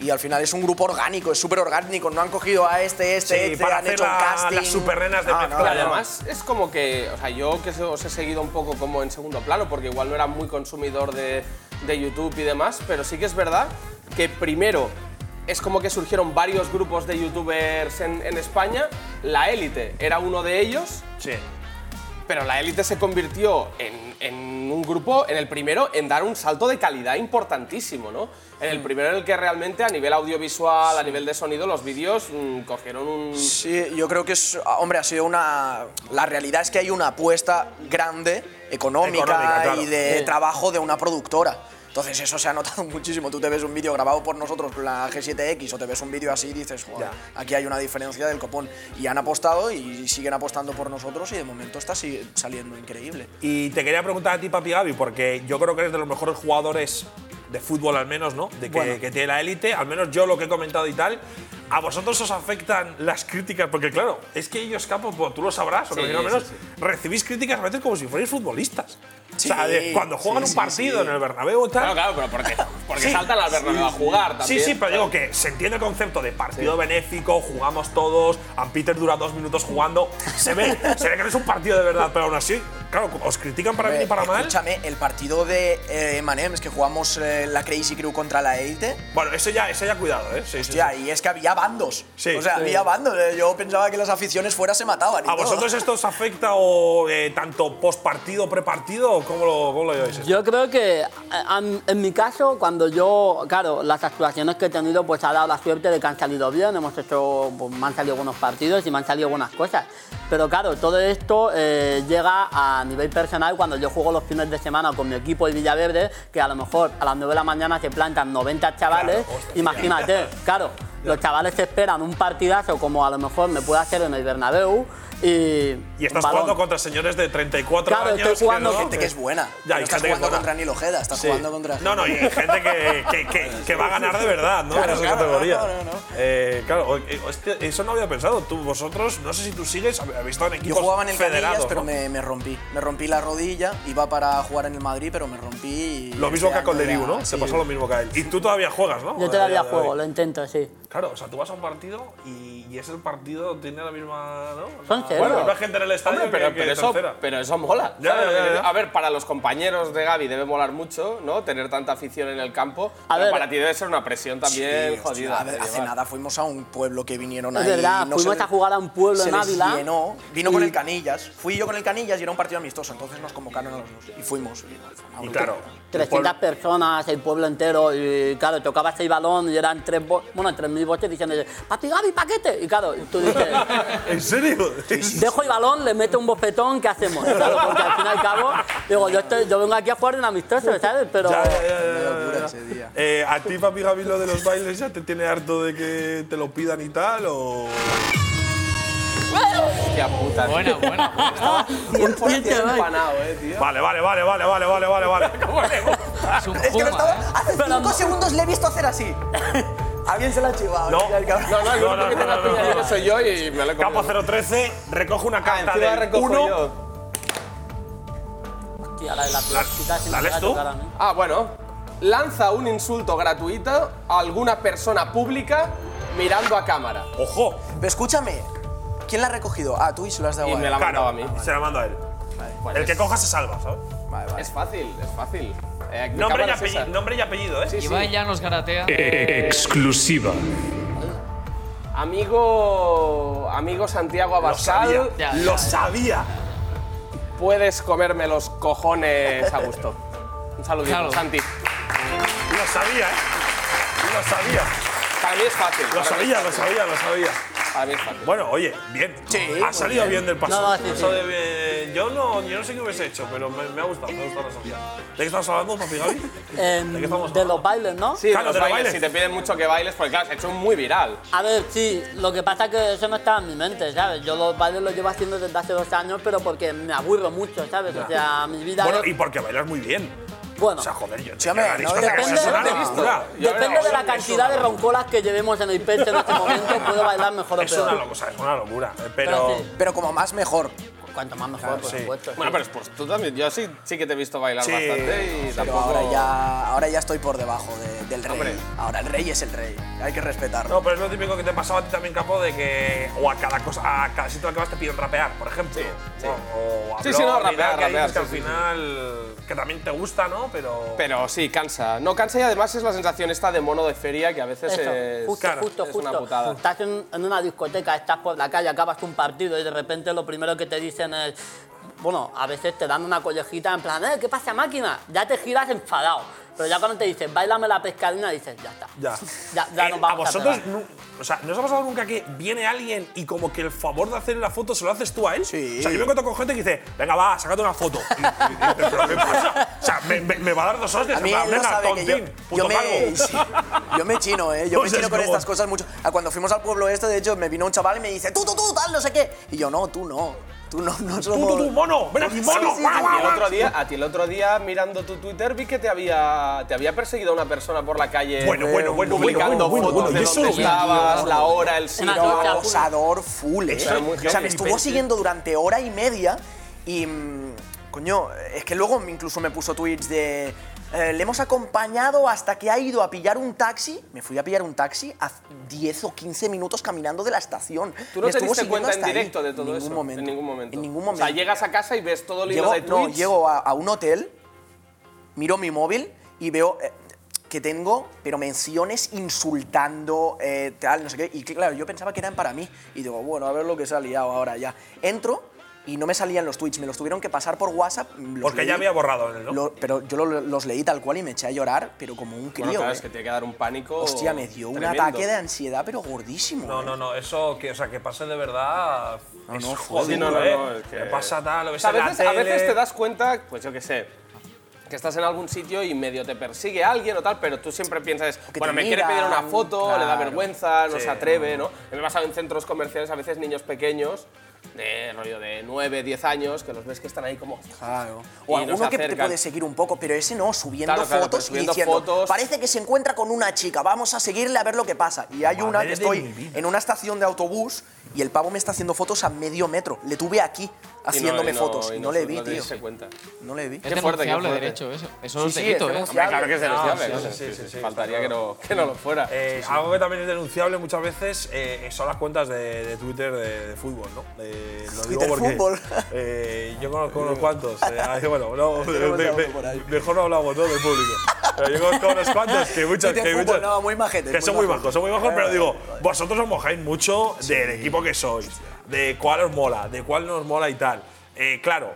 G: Y al final es un grupo orgánico, es súper orgánico, no han cogido a este,
E: Sí,
G: este, este,
E: para
G: han
E: hacer
G: hecho un
E: la-
G: casting. Ah,
E: las supernenas de
G: No, no,
E: mezcla,
F: Pero
G: no.
F: además es como que, o sea, yo que os he seguido un poco como en segundo plano, porque igual no era muy consumidor de, de YouTube y demás, pero sí que es verdad que primero es como que surgieron varios grupos de youtubers en, en España, la élite era uno de ellos,
E: Sí.
F: pero la élite se convirtió en, en un grupo, en el primero, en dar un salto de calidad importantísimo, ¿no? En el primero en el que realmente a nivel audiovisual, a nivel de sonido, los vídeos mm, cogieron un...
G: Sí, yo creo que es, ah, hombre, ha sido una. La realidad es que hay una apuesta grande, económica,
E: Económica, claro.
G: y de trabajo de una productora. Entonces eso se ha notado *laughs* muchísimo. Tú te ves un vídeo grabado por nosotros con la G7X o te ves un vídeo así y dices, "Joder, aquí hay una diferencia del copón. Y han apostado y siguen apostando por nosotros y de momento está si- saliendo increíble.
E: Y te quería preguntar a ti, Papi Gaby, porque yo creo que eres de los mejores jugadores de fútbol, al menos, ¿no? De que,
G: Bueno.
E: que tiene la élite, al menos yo lo que he comentado y tal. ¿A vosotros os afectan las críticas? Porque, claro, es que ellos, Capo, pues, tú lo sabrás, o que
F: Sí,
E: digo al menos,
F: sí,
E: recibís críticas a veces como si fuerais futbolistas.
G: Sí,
E: o sea, de cuando juegan
G: sí,
E: un
G: sí,
E: partido
G: sí.
E: en el Bernabéu o tal.
F: Claro, claro, pero porque,
E: *laughs*
F: porque
E: Sí,
F: saltan al Bernabéu a jugar también.
E: Sí, sí, pero digo que se entiende el concepto de partido benéfico, jugamos todos, a Peter dura dos minutos jugando, se ve, se ve que no es un partido de verdad, pero aún así, claro, os critican para bien y
G: Eh,
E: para mal.
G: Escúchame, el partido de eh, Emanem, es que jugamos eh, la Crazy Crew contra la Elite.
E: Bueno, eso ya, eso ya cuidado, ¿eh? Sí, sí, sí.
G: Hostia, y es que había bandos.
E: Sí.
G: o sea, había bandos. Eh, Yo pensaba que las aficiones fuera se mataban. y
E: ¿A
G: todo.
E: vosotros esto os afecta o eh, tanto post partido, prepartido? o ¿Cómo lo, cómo lo lleváis? esto?
H: Yo creo que eh, am- en mi caso, cuando yo, claro, las actuaciones que he tenido, pues ha dado la suerte de que han salido bien, hemos hecho, pues, me han salido buenos partidos y me han salido buenas cosas. Pero claro, todo esto eh, llega a nivel personal cuando yo juego los fines de semana con mi equipo de Villaverde, que a lo mejor a las 9 de la mañana se plantan 90 chavales, imagínate, claro. Los chavales se esperan un partidazo como a lo mejor me puede hacer en el Bernabéu y...
E: Y estás
H: un balón.
E: jugando contra señores de 34
H: Claro,
E: años.
H: estoy jugando
E: no-
G: Gente que es buena.
E: Ya,
G: no
E: hay
G: estás
E: gente que es
G: jugando
E: buena.
G: contra Nil Ojeda, estás
E: Sí.
G: jugando contra.
E: No, no, y hay gente que, que, que- que va a ganar de verdad, ¿no?
G: Claro,
E: en esa
G: claro,
E: categoría.
G: no, no, no.
E: Eh, claro, o- eh, hostia, eso no había pensado. Tú, vosotros, no sé si tú sigues, hab- habéis estado en
G: Yo
E: equipos
G: jugaba en el
E: federados.
G: Canillas, pero
E: pues ¿no?
G: me, me rompí. Me rompí la rodilla, iba para jugar en el Madrid, pero me rompí. y
E: Lo mismo que a
G: este año
E: Colderiu,
G: ya-
E: ¿no? Se
G: sí.
E: pasó lo mismo que a él. Y tú todavía juegas, ¿no?
H: Yo todavía
E: A día de
H: juego, ¿eh?
E: hoy.
H: lo intento, sí.
E: Claro, o sea, tú vas a un partido y, y ese partido tiene la misma. ¿no?
H: Son
E: La-
H: ceros.
E: Bueno, la gente en el estadio.
F: Hombre, pero,
E: que- que
F: pero eso,
E: tercera.
F: pero eso mola.
E: Ya,
F: ¿sabes?
E: ya, ya, ya.
F: A ver, para los compañeros de Gaby debe molar mucho, ¿no? Tener tanta afición en el campo.
H: A
F: pero
H: ver.
F: para ti debe ser una presión también
G: Sí, hostia,
F: jodida.
G: a ver,
F: de
G: hace
F: llevar.
G: nada fuimos a un pueblo que vinieron
H: Es
G: ahí.
H: verdad,
G: no
H: fuimos
G: se-
H: a jugar a un pueblo
G: se
H: en
G: les
H: Ávila.
G: llenó. Vino con
H: Y-
G: el Canillas. Fui yo con el Canillas y era un partido amistoso, entonces nos convocaron a los dos. Y fuimos.
E: Y claro. pues, el
H: 300
E: pueblo-
H: personas, el pueblo entero, y claro, tocaba seis balón y eran tres bo- bueno, tres mil boches diciendo, papi Gaby, paquete. Y claro, tú
E: *laughs*
H: dices,
E: ¿En serio? *laughs*
H: dejo el balón, le meto un bofetón, ¿qué hacemos? Claro, porque al fin y al cabo, digo, yo, estoy- yo vengo aquí a jugar un amistoso, ¿sabes? Pero
E: Ya, ya, ya, ya,
G: locura
E: ya.
G: ese día.
E: Eh, ¿A ti, papi Gaby, lo de los bailes ya te tiene harto de que te lo pidan y tal? ¿O.?
F: Hostia puta, tío.
H: *laughs*
D: Buena, buena.
G: Es
F: Empanado, eh, tío.
E: Vale, vale, vale, vale, vale, vale,
F: *laughs*
E: vale. vale.
D: Es pues un
G: que lo
D: puma,
G: estaba.
D: ¿eh?
E: *laughs*
G: Hace cinco segundos le he visto hacer así. ¿Alguien se la ha chivado?
E: No.
G: Ya el cabrón.
F: No, no, el
E: No,
F: único
E: no,
F: que
E: no,
F: te la
E: no,
F: pilla
E: no.
F: ahí que soy yo y me lo he
E: Capo
F: comido.
E: 013 recoge una
F: Ah,
E: carta
F: encima
E: del
F: recojo
E: 1.
F: yo.
H: Hostia, la de la plástica sin
E: la lees tú?
F: Ah, bueno. Lanza un insulto gratuito a alguna persona pública mirando a cámara.
E: Ojo,
G: Pero escúchame, ¿quién la ha recogido? Ah, tú y se lo has dado
F: Y
G: a él.
F: me la ha mandado
E: claro,
F: a mí.
E: se la mando a él.
F: Pues
E: El que
F: es-
E: coja se salva, ¿sabes?
G: Vale, vale.
F: Es fácil, es fácil. Eh, mi
E: Nombre y,
F: cámara es esa.
E: apellido, nombre y apellido, ¿eh?
F: Sí, sí.
D: Ibai ya nos garatea.
I: Exclusiva.
F: Amigo, amigo Santiago
E: Lo sabía.
F: Abascal,
D: Ya, ya,
E: Lo
D: ya.
E: sabía.
F: puedes comerme los cojones a gusto. Un saludito,
D: Claro.
F: Santi.
E: Lo sabía, ¿eh? Lo sabía.
F: Para mí es fácil.
E: Lo
F: para mí
E: sabía,
F: es
E: lo
F: fácil.
E: sabía, lo sabía.
F: Para mí es fácil.
E: Bueno, oye, bien. ha salido bien, del paso.
H: No, no, sí,
E: Eso de- eh, yo, no, yo no sé qué hubiese hecho, pero me, me ha gustado, me ha gustado la salida. ¿De qué estamos hablando, Papi
H: *laughs*
E: Gaby? ¿De qué estamos
H: Em, de los bailes, ¿no?
F: Sí, de
E: Claro,
F: los
E: de los bailes.
F: bailes, si te piden mucho que bailes, porque claro, se ha hecho muy viral.
H: A ver, sí, lo que pasa es que eso no estaba en mi mente, ¿sabes? Yo los bailes los llevo haciendo desde hace dos años, pero porque me aburro mucho, ¿sabes? O sea, mi vida.
E: Bueno,
H: es-
E: y porque bailas muy bien.
H: bueno,
E: O sea, joder, yo
G: Sí, hombre,
E: yo en la
G: no,
E: discoteca,
G: depende
E: eso es
H: de
E: una
H: lo que he
F: visto.
E: locura.
F: Yo
H: depende de
F: creo-
H: la cantidad de roncolas que llevemos en el pecho en este momento, puedo bailar mejor o
E: Es una
H: peor.
E: locura, es una locura. eh, Pero.
H: Pero sí.
G: Pero como más, mejor.
H: Cuanto más mejor,
E: Claro,
H: por
E: sí.
H: supuesto. sí.
F: Bueno, pero pues tú también. Yo sí, sí que te he visto bailar
E: Sí,
F: bastante y
E: sí.
G: Pero
F: tampoco.
G: ahora ya, ahora ya estoy por debajo de- del rey.
F: Hombre.
G: Ahora el rey es el rey. Hay que respetarlo.
E: No, pero es lo típico que te pasaba a ti también, capo, de que. O a cada cosa, a cada sitio al que vas te piden rapear, por ejemplo. Sí,
F: sí.
E: O, o a
F: Sí, sí, no,
E: blog y tal,
F: rapear,
E: que dices
F: rapear,
E: Que al
F: sí, sí, sí.
E: final. Que también te gusta, ¿no? Pero.
F: Pero sí, cansa. No cansa y además es la sensación esta de mono de feria que a veces
H: Eso,
F: es.
H: justo,
E: claro,
H: justo,
F: es
H: justo.
F: una putada.
H: Estás en, en una discoteca, estás por la calle, acabas un partido y de repente lo primero que te dicen es. Bueno, a veces te dan una collejita en plan, "Eh, ¿qué pasa, máquina? Ya te giras enfadado. Pero ya cuando te dicen, bailame la pescadina, dices, ya está.
E: Ya.
H: Ya, ya
E: Eh,
H: nos
E: a
H: vamos a
E: vosotros,
H: pegar".
E: nu- o sea, ¿no os ha pasado nunca que viene alguien y como que el favor de hacerle la foto se lo haces tú a él?
G: Sí.
E: O sea, yo me encuentro con gente que dice, venga, va, sácate una
F: *laughs*
E: foto. Y- y- y- ¿Pero qué pasa? *laughs* O sea, me, me- me va a dar dos hostias.
G: A mí
E: pues, en plan,
G: él no
E: venga,
G: sabe que yo,
E: tontín, puto
G: yo me,
E: calvo.
G: *laughs* sí, yo me chino, ¿eh?
E: *laughs*
G: Yo
E: O
G: me
E: sea,
G: chino
E: es
G: con
E: como-
G: estas cosas mucho. Ah, Cuando fuimos al pueblo este, de hecho, me vino un chaval y me dice, tú, tú, tú, tal, no sé qué. Y yo, no, tú no. Tú no, no
E: Tú,
G: somos...
E: tú, tú, mono, ven aquí, mono.
G: sí,
E: guau,
G: sí,
E: guau,
F: El otro
E: guau.
F: día, a ti el otro día mirando tu Twitter vi que te había, te había perseguido una persona por la calle eh,
E: Bueno, bueno, bueno, bueno,
F: publicando
E: bueno,
F: fotos
E: bueno,
F: de
E: y eso
F: dónde
E: lo vi.
F: estabas, la hora, el sitio.
H: Una
G: Pero
H: lucha.
G: acosador full, ¿eh?
F: Eso es muy
G: O sea,
F: heavy.
G: me estuvo siguiendo durante hora y media y. mm, Coño, es que luego incluso me puso tweets de. eh, le hemos acompañado hasta que ha ido a pillar un taxi. Me fui a pillar un taxi a 10 o 15 minutos caminando de la estación.
F: ¿Tú no
G: Me
F: te
G: estuvo
F: diste
G: siguiendo
F: cuenta en
G: hasta ahí.
F: directo de todo
G: en ningún
F: eso?
G: Momento.
F: En ningún momento.
G: En ningún
F: O sea,
G: momento.
F: llegas a casa y ves todo el hilo
G: Llego-
F: de
G: no,
F: tweets.
G: llego a, a un hotel, miro mi móvil y veo eh, que tengo, pero menciones insultando, eh, tal, no sé qué. Y claro, yo pensaba que eran para mí. Y digo, bueno, a ver lo que se ha liado ahora ya. Entro y no me salían los tweets, me los tuvieron que pasar por WhatsApp. los
E: Porque
G: leí,
E: ya había borrado en él, ¿no?
G: lo- pero yo lo- los leí tal cual y me eché a llorar, pero como un crío.
F: Bueno, claro,
G: eh.
F: es que tiene que dar un pánico.
G: Hostia, me dio un
F: tremendo.
G: ataque de ansiedad, pero gordísimo.
E: No,
G: eh.
E: no, no, eso que, o sea, que pase de verdad. No,
G: no,
E: es
G: joder.
E: jodido,
F: Pues Sí, no, no,
E: ¿eh?
F: no, es que-
E: Que pasa tal, lo
F: O
E: ves
F: sea, a
E: en la
F: veces, a
E: tele.
F: veces te das cuenta, pues yo qué sé, que estás en algún sitio y medio te persigue alguien o tal, pero tú siempre piensas,
G: te
F: bueno, me quiere
G: miran,
F: pedir una foto, le da
G: claro.
F: vergüenza, no
E: Sí,
F: se atreve, ¿no? Me he pasado en centros comerciales a veces niños pequeños, de rollo de 9, 10 años, que los ves que están ahí como...
G: Claro.
F: Y
G: O
F: nos
G: alguno que te
F: acercan.
G: puede seguir un poco, pero ese no, subiendo
F: Claro, claro,
G: fotos
F: pero
G: y
F: subiendo
G: diciendo,
F: fotos.
G: parece que se encuentra con una chica, vamos a seguirle a ver lo que pasa. Y hay una
E: Madre
G: que
E: de mi
G: estoy
E: vida.
G: en una estación de autobús y el pavo me está haciendo fotos a medio metro. Le tuve aquí
F: y no-
G: haciéndome
F: y no-
G: fotos y no, le
F: se-
G: vi,
F: no te
G: tío.
F: diste cuenta.
G: No le vi.
D: Es
F: Qué fuerte, qué
D: denunciable
F: fuerte.
D: derecho eso. Eso los
G: sí,
D: quito,
G: es
D: ¿eh?
G: denunciable.
F: claro que es denunciable,
E: Ah, sí,
F: ¿no?
E: sí, sí, sí, sí,
F: faltaría
E: está
F: que no, que no lo fuera.
E: Eh, Algo que también es denunciable muchas veces eh, son las cuentas de, de Twitter de, de fútbol, ¿no? Eh, lo digo
G: Twitter
E: porque,
G: fútbol.
E: eh, yo conozco unos cuantos. eh, ah, bueno, no,
G: *laughs* Tenemos
E: me-
G: algo
E: me-
G: por ahí.
E: mejor no hablamos, ¿no? Del público. Pero yo conozco unos cuantos que muchas.
G: Twitter
E: que
G: fútbol,
E: muchas-
G: no, muy majete,
E: Que
G: muy
E: son muy
G: majete.
E: bajos, son muy bajos, pero
G: Eh,
E: digo, vosotros os mojáis mucho del equipo que sois, de cuál os mola, de cuál no os mola y tal. Eh, claro,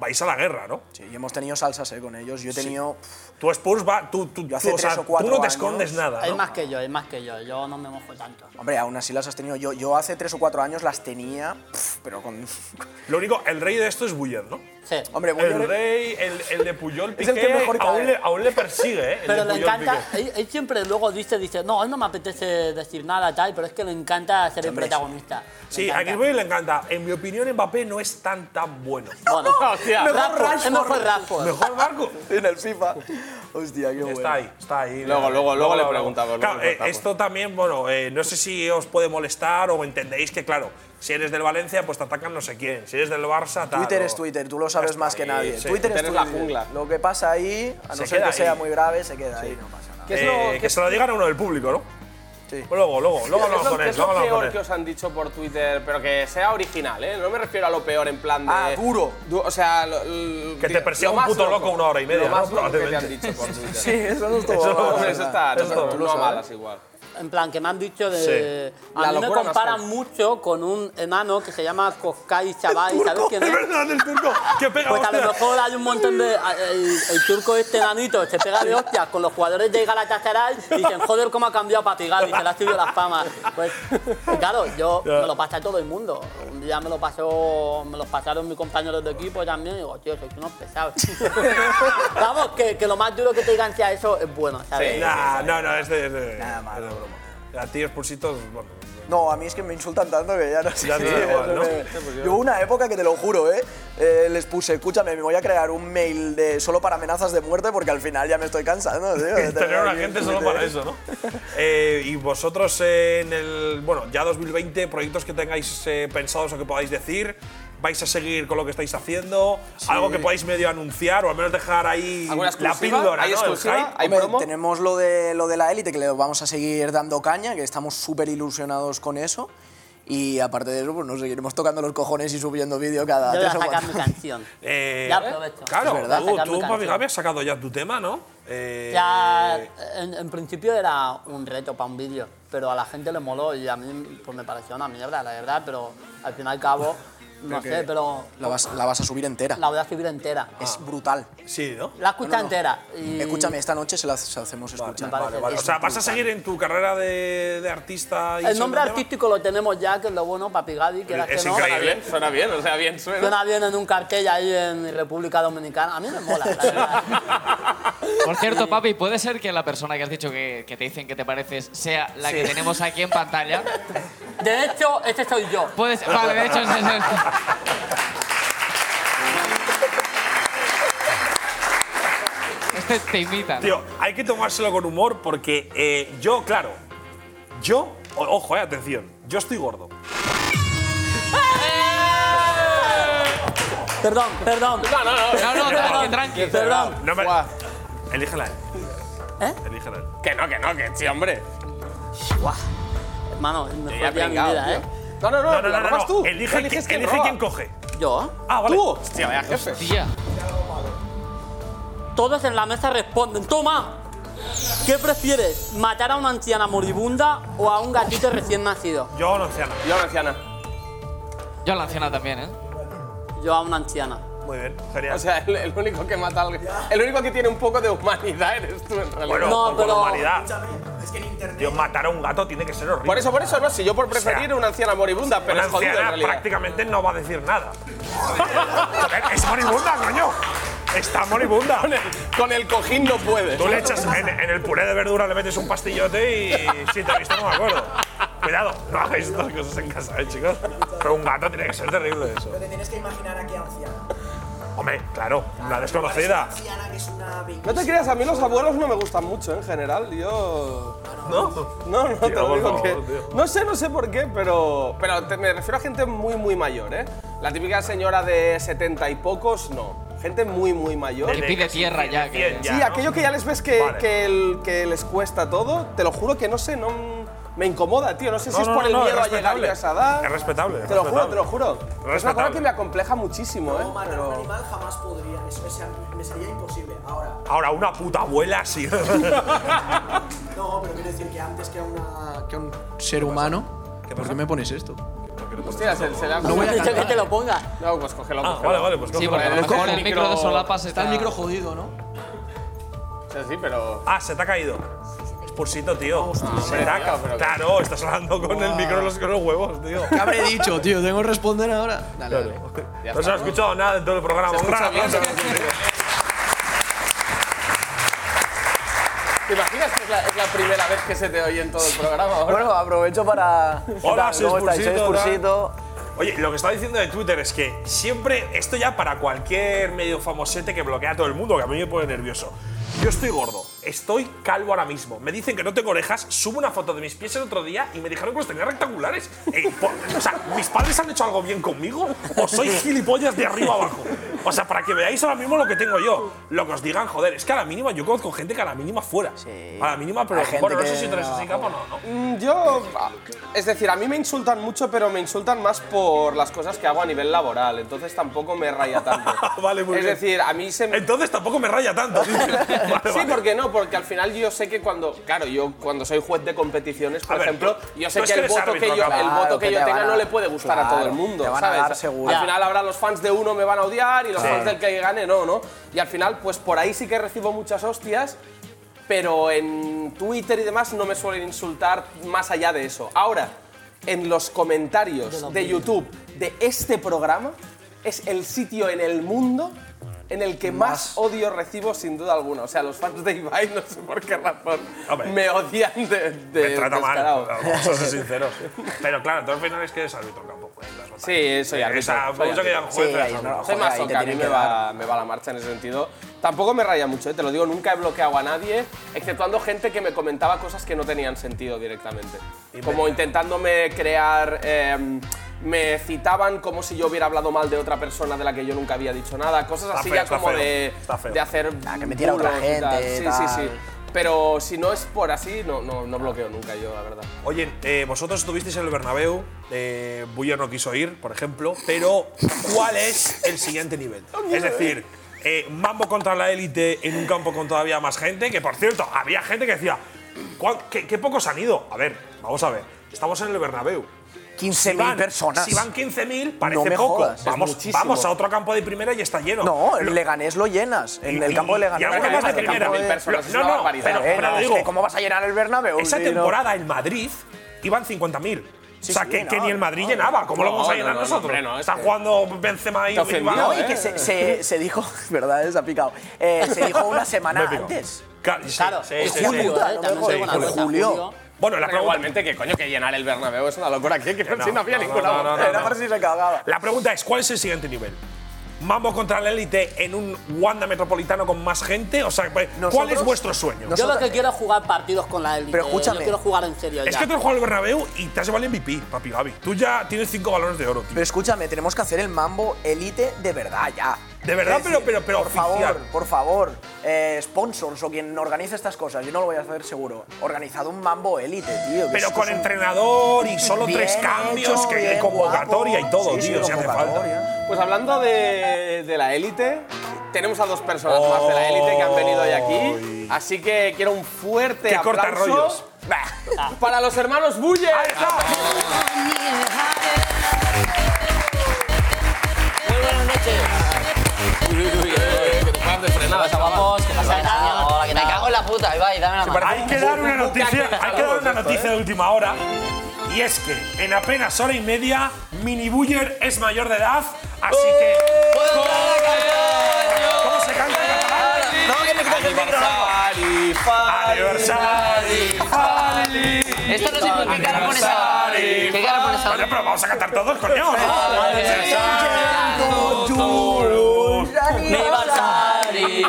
E: vais a la guerra, ¿no?
G: Sí, y hemos tenido salsas eh, con ellos. Yo he tenido.
E: Tú Spurs va, tú, tú,
G: Yo hace
E: tú, o sea,
G: tres o
E: tú
G: cuatro
E: no te
G: años.
E: escondes nada.
H: Es
E: ¿no?
H: más que yo, es más que yo. Yo no me mojo tanto.
G: Hombre, aún así las has tenido. Yo, yo hace tres o cuatro años las tenía, pf, pero con. *laughs*
E: Lo único, el rey de esto es Buller, ¿no?
H: Sí.
G: Hombre, voy
E: El rey, el, el de Puyol
G: Es
E: Piqué,
G: el que mejor cae.
E: aún, le, aún le persigue, ¿eh? El
H: Pero
E: de
H: le
E: Puyol
H: encanta,
E: Piqué.
H: él, él siempre luego dice, dice, no, él no me apetece decir nada tal, pero es que le encanta ser el
G: Hombre, sí.
H: protagonista. Le
E: Sí, a
H: encanta.
E: Chris Boyd le encanta. En mi opinión, Mbappé no es tan tan bueno.
H: Bueno,
F: *laughs* Hostia.
H: Rashford, es mejor Rashford.
E: Mejor Marco.
F: *laughs*
G: en el FIFA. Hostia, qué bueno.
E: Está ahí, está ahí.
F: Luego, luego, luego le
E: hablamos.
F: preguntamos,
E: Claro,
F: luego le
E: eh,
F: preguntamos.
E: esto también, bueno, eh, no sé si os puede molestar o entendéis que, claro, si eres del Valencia, pues te atacan no sé quién. Si eres del Barça, tal.
G: Twitter
E: o-
G: es Twitter, tú lo sabes
E: Está
G: más que
E: ahí,
G: nadie.
E: sí.
G: Twitter es
F: Twitter es la
G: Twitter.
F: jungla.
G: Lo que pasa ahí, a no
E: Se
G: ser que
E: queda
G: sea
E: ahí.
G: muy grave, se queda ahí, no pasa nada.
F: ¿Qué es
E: Eh,
F: lo-
E: que
F: qué-
E: se lo digan a uno del público, ¿no?
G: Sí.
E: Luego, luego, luego
F: ¿Qué es
E: hablamos
F: lo-
E: con
F: qué
E: él.
F: es
E: luego
F: lo
E: hablamos con
F: peor
E: él.
F: que os han dicho por Twitter, pero que sea original, ¿eh? No me refiero a lo peor en plan de.
G: Ah, duro.
F: du- o sea, lo- l-
E: Que te
F: diga-
E: persiga
F: lo
E: un
F: más
E: puto loco una hora y media,
F: Lo más
E: ¿no?
F: loco que te han
E: Probablemente.
F: dicho por
E: *laughs*
F: Twitter.
G: Sí, eso no estuvo
E: Eso no-
G: mal,
F: Hombre,
G: la
F: eso
G: verdad.
F: está. No,
E: Eso está-
F: pero no a malas igual.
H: En plan, que me han dicho de.
E: Sí.
F: La
H: A mí me
F: locura más
H: comparan
F: fea.
H: mucho con un enano que se llama Koskai Chabai, ¿sabes
E: Turco,
H: quién
E: *laughs* es
H: es?
E: verdad, el turco. Que pega
H: Pues a lo
E: hostias.
H: mejor hay un montón de. El, el turco este enanito se pega de hostias con los jugadores de Galatasaray y dicen, joder, cómo ha cambiado Patigal y se le ha subido la fama. Pues claro, yo me lo pasé a todo el mundo. Un día me lo pasó, me los pasaron mis compañeros de equipo también y digo, tío, sois unos
E: *laughs*
H: pesados. Vamos, que, que lo más duro que te digan sea eso es bueno, ¿sabes?
F: Sí.
E: Nah, no, no, es de. es de-
G: Nada malo.
E: es de broma. A ti, expulsitos, bueno.
G: No, a mí es que me insultan tanto que ya no sé.
E: Ya te da igual, ¿no?
G: Yo hubo una época que te lo juro, ¿eh? Eh, les puse, escúchame, me voy a crear un mail de solo para amenazas de muerte porque al final ya me estoy cansando, tío.
E: *laughs*
G: de
E: Tener una
G: aquí en
E: gente solo
G: Twitter.
E: para eso, ¿no? Eh, y vosotros eh, en el. Bueno, ya 2020, proyectos que tengáis eh, pensados o que podáis decir. ¿Vais a seguir con lo que estáis haciendo? ¿Algo que podáis medio anunciar o al menos dejar ahí
F: ¿Alguna
E: la
F: exclusiva?
E: píldora?
F: ¿Hay
E: ¿no? El
F: exclusiva?
E: hype.
F: ¿Hay
G: Hombre,
F: promo?
G: Tenemos lo de, lo de la élite, que le vamos a seguir dando caña, que estamos súper ilusionados con eso. Y aparte de eso, pues nos seguiremos tocando los cojones y subiendo vídeo cada
H: Yo voy a
G: tres o
H: sacar
G: cuatro.
H: mi canción.
E: *laughs* Eh,
H: Ya aprovecho.
E: Claro,
G: Es verdad.
E: tú-
H: Voy a sacar
E: tú, pues,
H: mi
E: Papi
H: canción.
E: Gaby, has sacado ya tu tema, ¿no? Eh,
H: Ya, en, en principio era un reto para un vídeo, pero a la gente le moló y a mí pues, me pareció una mierda, la verdad, pero al fin y al cabo, no sé, pero
G: La vas, la vas a subir entera.
H: la voy a subir entera.
G: Es brutal.
E: Sí, ¿no?
H: La escucha entera. Y
G: Escúchame, esta noche se la se la hacemos escuchar.
H: vale,
E: Vale, vale. O
H: es
E: sea, vas a
H: brutal.
E: seguir en tu carrera de, de artista y
H: El nombre
E: soltero?
H: artístico lo tenemos ya, que es lo bueno, Papi Gaby, que era
E: Es
H: que no.
E: increíble.
F: Suena bien, suena bien, o sea, bien suena.
H: Suena bien en un cartel ahí en República Dominicana. A mí me mola, la verdad.
D: Por cierto, papi, ¿puede ser que la persona que has dicho que, que te dicen que te pareces sea la que tenemos aquí en pantalla?
H: De hecho, este soy yo.
D: Puede ser- Vale, de hecho, es, es- es- Este te imita.
E: Tío, hay que tomárselo con humor porque eh, yo, claro, yo, o- ojo, eh, atención, yo estoy gordo.
H: Perdón, perdón.
F: No, no, no.
D: No, no, tranqui, tranqui.
H: Perdón.
E: No me.
F: Buah.
E: Elígela.
H: ¿Eh?
E: Elígela.
F: Que no, que no, que sí, hombre.
H: Hermano, me
F: Yo ya he
H: fue bien mi
F: pringado,
H: vida, ¿eh?
F: tío. No, no, no,
E: No, no,
F: la
E: no, no,
F: robas
E: no.
F: tú.
E: Elige,
F: Tú
E: qui-
F: eliges
E: elige
F: roba.
E: quién coge.
H: Yo.
E: Ah, vale.
F: Tú. Hostia, vaya jefe.
D: Tía.
H: Todos en la mesa responden, toma. ¿Qué prefieres, matar a una anciana moribunda o a un gatito recién nacido?
E: Yo, no, anciana.
F: Yo, anciana.
D: Yo a la anciana también, ¿eh?
H: Yo a una anciana.
E: Muy bien, genial.
F: O sea, el, el único que mata al. El único que tiene un poco de humanidad eres tú, en realidad.
E: bueno,
H: no,
E: con- con
H: pero-
E: humanidad. Tío, matar a un gato tiene que ser horrible.
F: Por eso, por eso, no, si yo por preferir
E: sea,
F: una anciana moribunda, pero
E: Una
F: es jodido en
E: anciana
F: realidad.
E: prácticamente no va a decir nada. *laughs* es moribunda, coño. Está
F: *laughs*
E: moribunda.
F: Con el, con el cojín no puedes.
E: Tú le echas en, en el puré de verdura, le metes un pastillote y si te he visto no me acuerdo. Cuidado, no hagáis estas cosas en casa, ¿eh, chicos. Pero un gato tiene que ser terrible eso.
I: Te tienes que imaginar a qué anciana.
E: Hombre, claro, una desconocida.
I: Anciana que es una bellísima.
F: No te creas, a mí los abuelos no me gustan mucho en general. Yo.
E: ¿No?
F: No, no, te
E: Tío,
F: lo
E: por
F: digo
E: favor,
F: que.
E: tío.
F: No sé, no sé por qué, pero. Pero te- me refiero a gente muy, muy mayor, ¿eh? La típica señora de 70 y pocos, no. Gente muy, muy mayor.
D: Que pide tierra ya, que-
E: Bien,
F: Sí,
E: ¿no?
F: aquello que ya les ves que,
E: Vale.
F: que el- que les cuesta todo, te lo juro que no sé, no me incomoda, tío. No sé si
E: No,
F: es
E: no,
F: por
E: no,
F: el
E: no, es
F: miedo a llegar
E: respetable.
F: yo a esa edad.
E: Es respetable, es
F: Te lo juro,
E: respetable.
F: te lo juro. Es una cosa
E: respetable.
F: que me acompleja muchísimo, ¿eh?
I: No, matar a un
F: Pero-
I: animal jamás podría. Eso es- me sería imposible. Ahora.
E: Ahora, una puta abuela, sí.
I: No, pero quiero decir que antes que a una. Que a un...
G: Ser humano. ¿Por qué me pones esto?
F: Hostia, se, se le ha
G: No
H: *laughs*
G: voy
H: Me
G: a
H: han dicho que
G: cantar.
H: te lo ponga.
F: No, pues cógelo.
E: ah,
F: cógelo.
E: vale, vale, pues
D: Sí,
E: cógelo.
D: porque a lo
F: Coge
D: mejor
F: el
D: el micro de
F: micro-
D: solapas está…
G: Está el micro jodido, ¿no?
F: O sea, sí, pero.
E: Ah, se te ha caído. Expulsito, tío. se te ha
F: tío, pero-
E: ca- Claro, estás hablando con el micro en los, con los huevos, tío.
G: ¿Qué habré dicho, tío? ¿Tengo que responder ahora? Dale, dale.
E: No se ha escuchado nada en todo el programa.
F: Se
E: Un
F: escucha
E: gran
F: bien,
E: aplauso.
F: ¿Te imaginas que es la, es la primera vez que se te oye en todo el programa ahora?
G: Bueno, aprovecho para. ¿Qué
E: Hola,
G: tal?
E: soy
G: ¿Cómo estáis? Soy
E: Spursito, hola.
G: Spursito.
E: Oye, lo que estaba diciendo de Twitter es que siempre, esto ya para cualquier medio famosete que bloquea a todo el mundo, que a mí me pone nervioso. Yo estoy gordo, estoy calvo ahora mismo. Me dicen que no tengo orejas, subo una foto de mis pies el otro día y me dijeron que los tenía rectangulares. Eh, po- o sea, ¿mis padres han hecho algo bien conmigo? ¿O soy gilipollas de arriba abajo? O sea, para que veáis ahora mismo lo que tengo yo. Lo que os digan, joder, es que a la mínima yo conozco gente que a la mínima fuera. A la mínima, pero
G: Hay gente
E: bueno, no
G: que
E: sé si tú eres así, capo, no, pues no.
F: Mm, Yo, ah, es decir, a mí me insultan mucho, pero me insultan más por las cosas que hago a nivel laboral, entonces tampoco me raya tanto.
E: *laughs* Vale, muy
F: es
E: bien.
F: decir, a mí se me...
E: Entonces tampoco me raya
G: *laughs*
E: tanto. Vale,
F: Sí,
E: vale.
F: porque no, porque al final yo sé que cuando, claro, yo cuando soy juez de competiciones, por
E: A ver,
F: ejemplo,
E: tú-
F: yo sé
E: tú es
F: que
E: que eres
F: el voto que
E: árbitro,
F: yo,
E: cabrón.
F: el voto
G: Claro,
F: que
G: que
F: yo
G: te
F: tenga
G: van a-
F: no le puede gustar a todo
G: claro,
F: el mundo,
G: te van a
F: ¿sabes?
G: dar
F: Al
G: seguro.
F: final habrá los fans de uno me van a odiar y los fans del que gane no, ¿no? Y al final, pues por ahí sí que recibo muchas hostias. Pero en Twitter y demás no me suelen insultar más allá de eso. Ahora, en los comentarios de YouTube de este programa, es el sitio en el mundo en el que más, odio recibo sin duda alguna. O sea, los fans de Ibai, no sé por qué razón,
E: Hombre.
F: me odian de, de
E: Me trata mal,
F: *laughs* descarado.
E: vamos a ser sinceros. Este, *laughs* Pero claro, tú al final es que eres árbitro campo. pues, las batallas.
F: Sí, soy árbitro,
E: Esa-
F: soy
E: por mucho que
F: árbitro.
E: digan, "Joder,
G: Sí,
E: eres
G: ahí no,
E: árbitro".
F: Soy
G: Joder,
F: más
G: ahí te
F: soca, a mí
G: tienen
F: me
G: que
F: va, me va la marcha en ese sentido. Tampoco me raya mucho, eh, te lo digo, nunca he bloqueado a nadie, exceptuando gente que me comentaba cosas que no tenían sentido directamente. Como intentándome crear... eh, me citaban como si yo hubiera hablado mal de otra persona de la que yo nunca había dicho nada, cosas
E: Está
F: así
E: feo,
F: ya
E: está
F: como
E: feo,
F: de,
E: está feo.
F: de hacer...
G: Ah, que metiera a otra
F: bulos y tal. Sí,
G: gente,
F: sí,
G: tal.
F: sí. Pero si no es por así, no, no, no bloqueo nunca yo, la verdad.
E: Oye, eh, vosotros estuvisteis en el Bernabéu, eh, Buller no quiso ir, por ejemplo, pero ¿cuál es el siguiente nivel? Es decir, eh, Mambo contra la élite en un campo con todavía más gente, que por cierto, había gente que decía, "Cuán- qué, qué pocos han ido? A ver, vamos a ver, estamos en el Bernabéu.
G: 15.000
E: van-
G: personas.
E: Si van 15.000, parece
G: No me
E: poco.
G: jodas, es
E: vamos,
G: muchísimo.
E: vamos a otro campo de primera y está lleno.
G: No,
E: Lo-
G: el Leganés lo llenas. En el campo de
E: y- y
G: Leganés.
E: alguno
G: lo
E: más de
G: llenas, el
E: primera.
G: campo de-
F: personas, es
E: No,
F: una
E: no,
F: barbaridad.
E: pero-
G: Eh,
E: pero
G: no, es
E: digo,
G: que ¿Cómo vas a llenar el Bernabéu?
E: Esa
G: tío?
E: temporada en Madrid iban 50.000. o sea,
G: sí,
E: que,
G: no,
E: que ni el Madrid llenaba. ¿Cómo lo
F: no,
E: vamos a
F: no,
E: llenar
F: no, no,
E: nosotros?
F: hombre, no, es
E: Están
F: que-
E: jugando Benzema y
F: Te ofendió,
E: Ibala.
G: No, y que
F: ¿eh?
G: se, se- se dijo, *laughs* ¿verdad? Se ha picado. Eh, se dijo
E: *laughs*
G: una semana
E: Me picó.
G: antes.
E: Ca- sí,
H: Claro,
E: sí,
H: en
E: sí,
G: Hijo de
E: sí.
H: julio,
G: puta,
H: eh,
G: no me
H: también os digo
G: jodas.
H: una cosa,
G: En julio.
H: julio.
E: Bueno, la
F: Pero
E: pregunta,
F: igualmente, que coño, que llenar el Bernabéu es una locura aquí, que por
E: no,
F: si no había
E: no, no,
F: ninguna
E: no, no, no,
G: Era por si se cagaba.
E: la pregunta es, ¿cuál es el siguiente nivel? ¿Mambo contra la élite en un Wanda metropolitano con más gente? O sea, pues, ¿cuál es
G: Nosotros-
E: vuestro sueño?
G: nos-
H: Yo lo
G: Nosotros-
H: que quiero es jugar partidos con la élite.
G: Pero escúchame.
H: Yo quiero jugar en serio
E: es
H: ya.
E: que tú has jugado al Bernabéu y te has llevado el MVP, papi Gaby. Tú ya tienes cinco balones de oro, tío.
G: Pero escúchame, tenemos que hacer el mambo elite de verdad ya.
E: De verdad,
G: Es
E: pero-
G: decir,
E: pero- pero
G: Por
E: oficial.
G: favor, por favor, eh, sponsors o quien organice estas cosas, yo no lo voy a hacer seguro. Organizado un mambo elite, tío. que
E: Pero
G: esto
E: con
G: es un-
E: entrenador y solo
G: Bien
E: tres cambios,
G: hecho,
E: que
G: bien
E: convocatoria
G: guapo.
E: y todo,
G: Sí, sí,
E: tío, si hace falta.
G: convocatoria.
F: Pues hablando de, de la élite, tenemos a dos personas más de la élite que han venido hoy aquí. Así que quiero un fuerte
E: Qué
F: aplauso
E: cortarrollos.
F: para los hermanos Bulle.
H: Muy buenas noches.
J: Vamos, ¿qué pasa? Hola, Me cago en la puta, Ibai, dame la mano.
E: Hay que dar una noticia, hay que dar una
G: ¿eh?
E: noticia de última hora. Y es que en apenas hora y media, Mini Buller es mayor de edad, así que.
G: ¡Uh!
E: ¿Cómo se canta en catalán?
F: Aniversari,
E: Aniversari, fali,
J: Esto no sé por qué cara pones a...
E: aniversari,
J: ¿Qué cara pones
E: Bueno,
J: a...
E: pero vamos a cantar todos, coño.
G: Santo
E: Turus.
G: ¡Eh!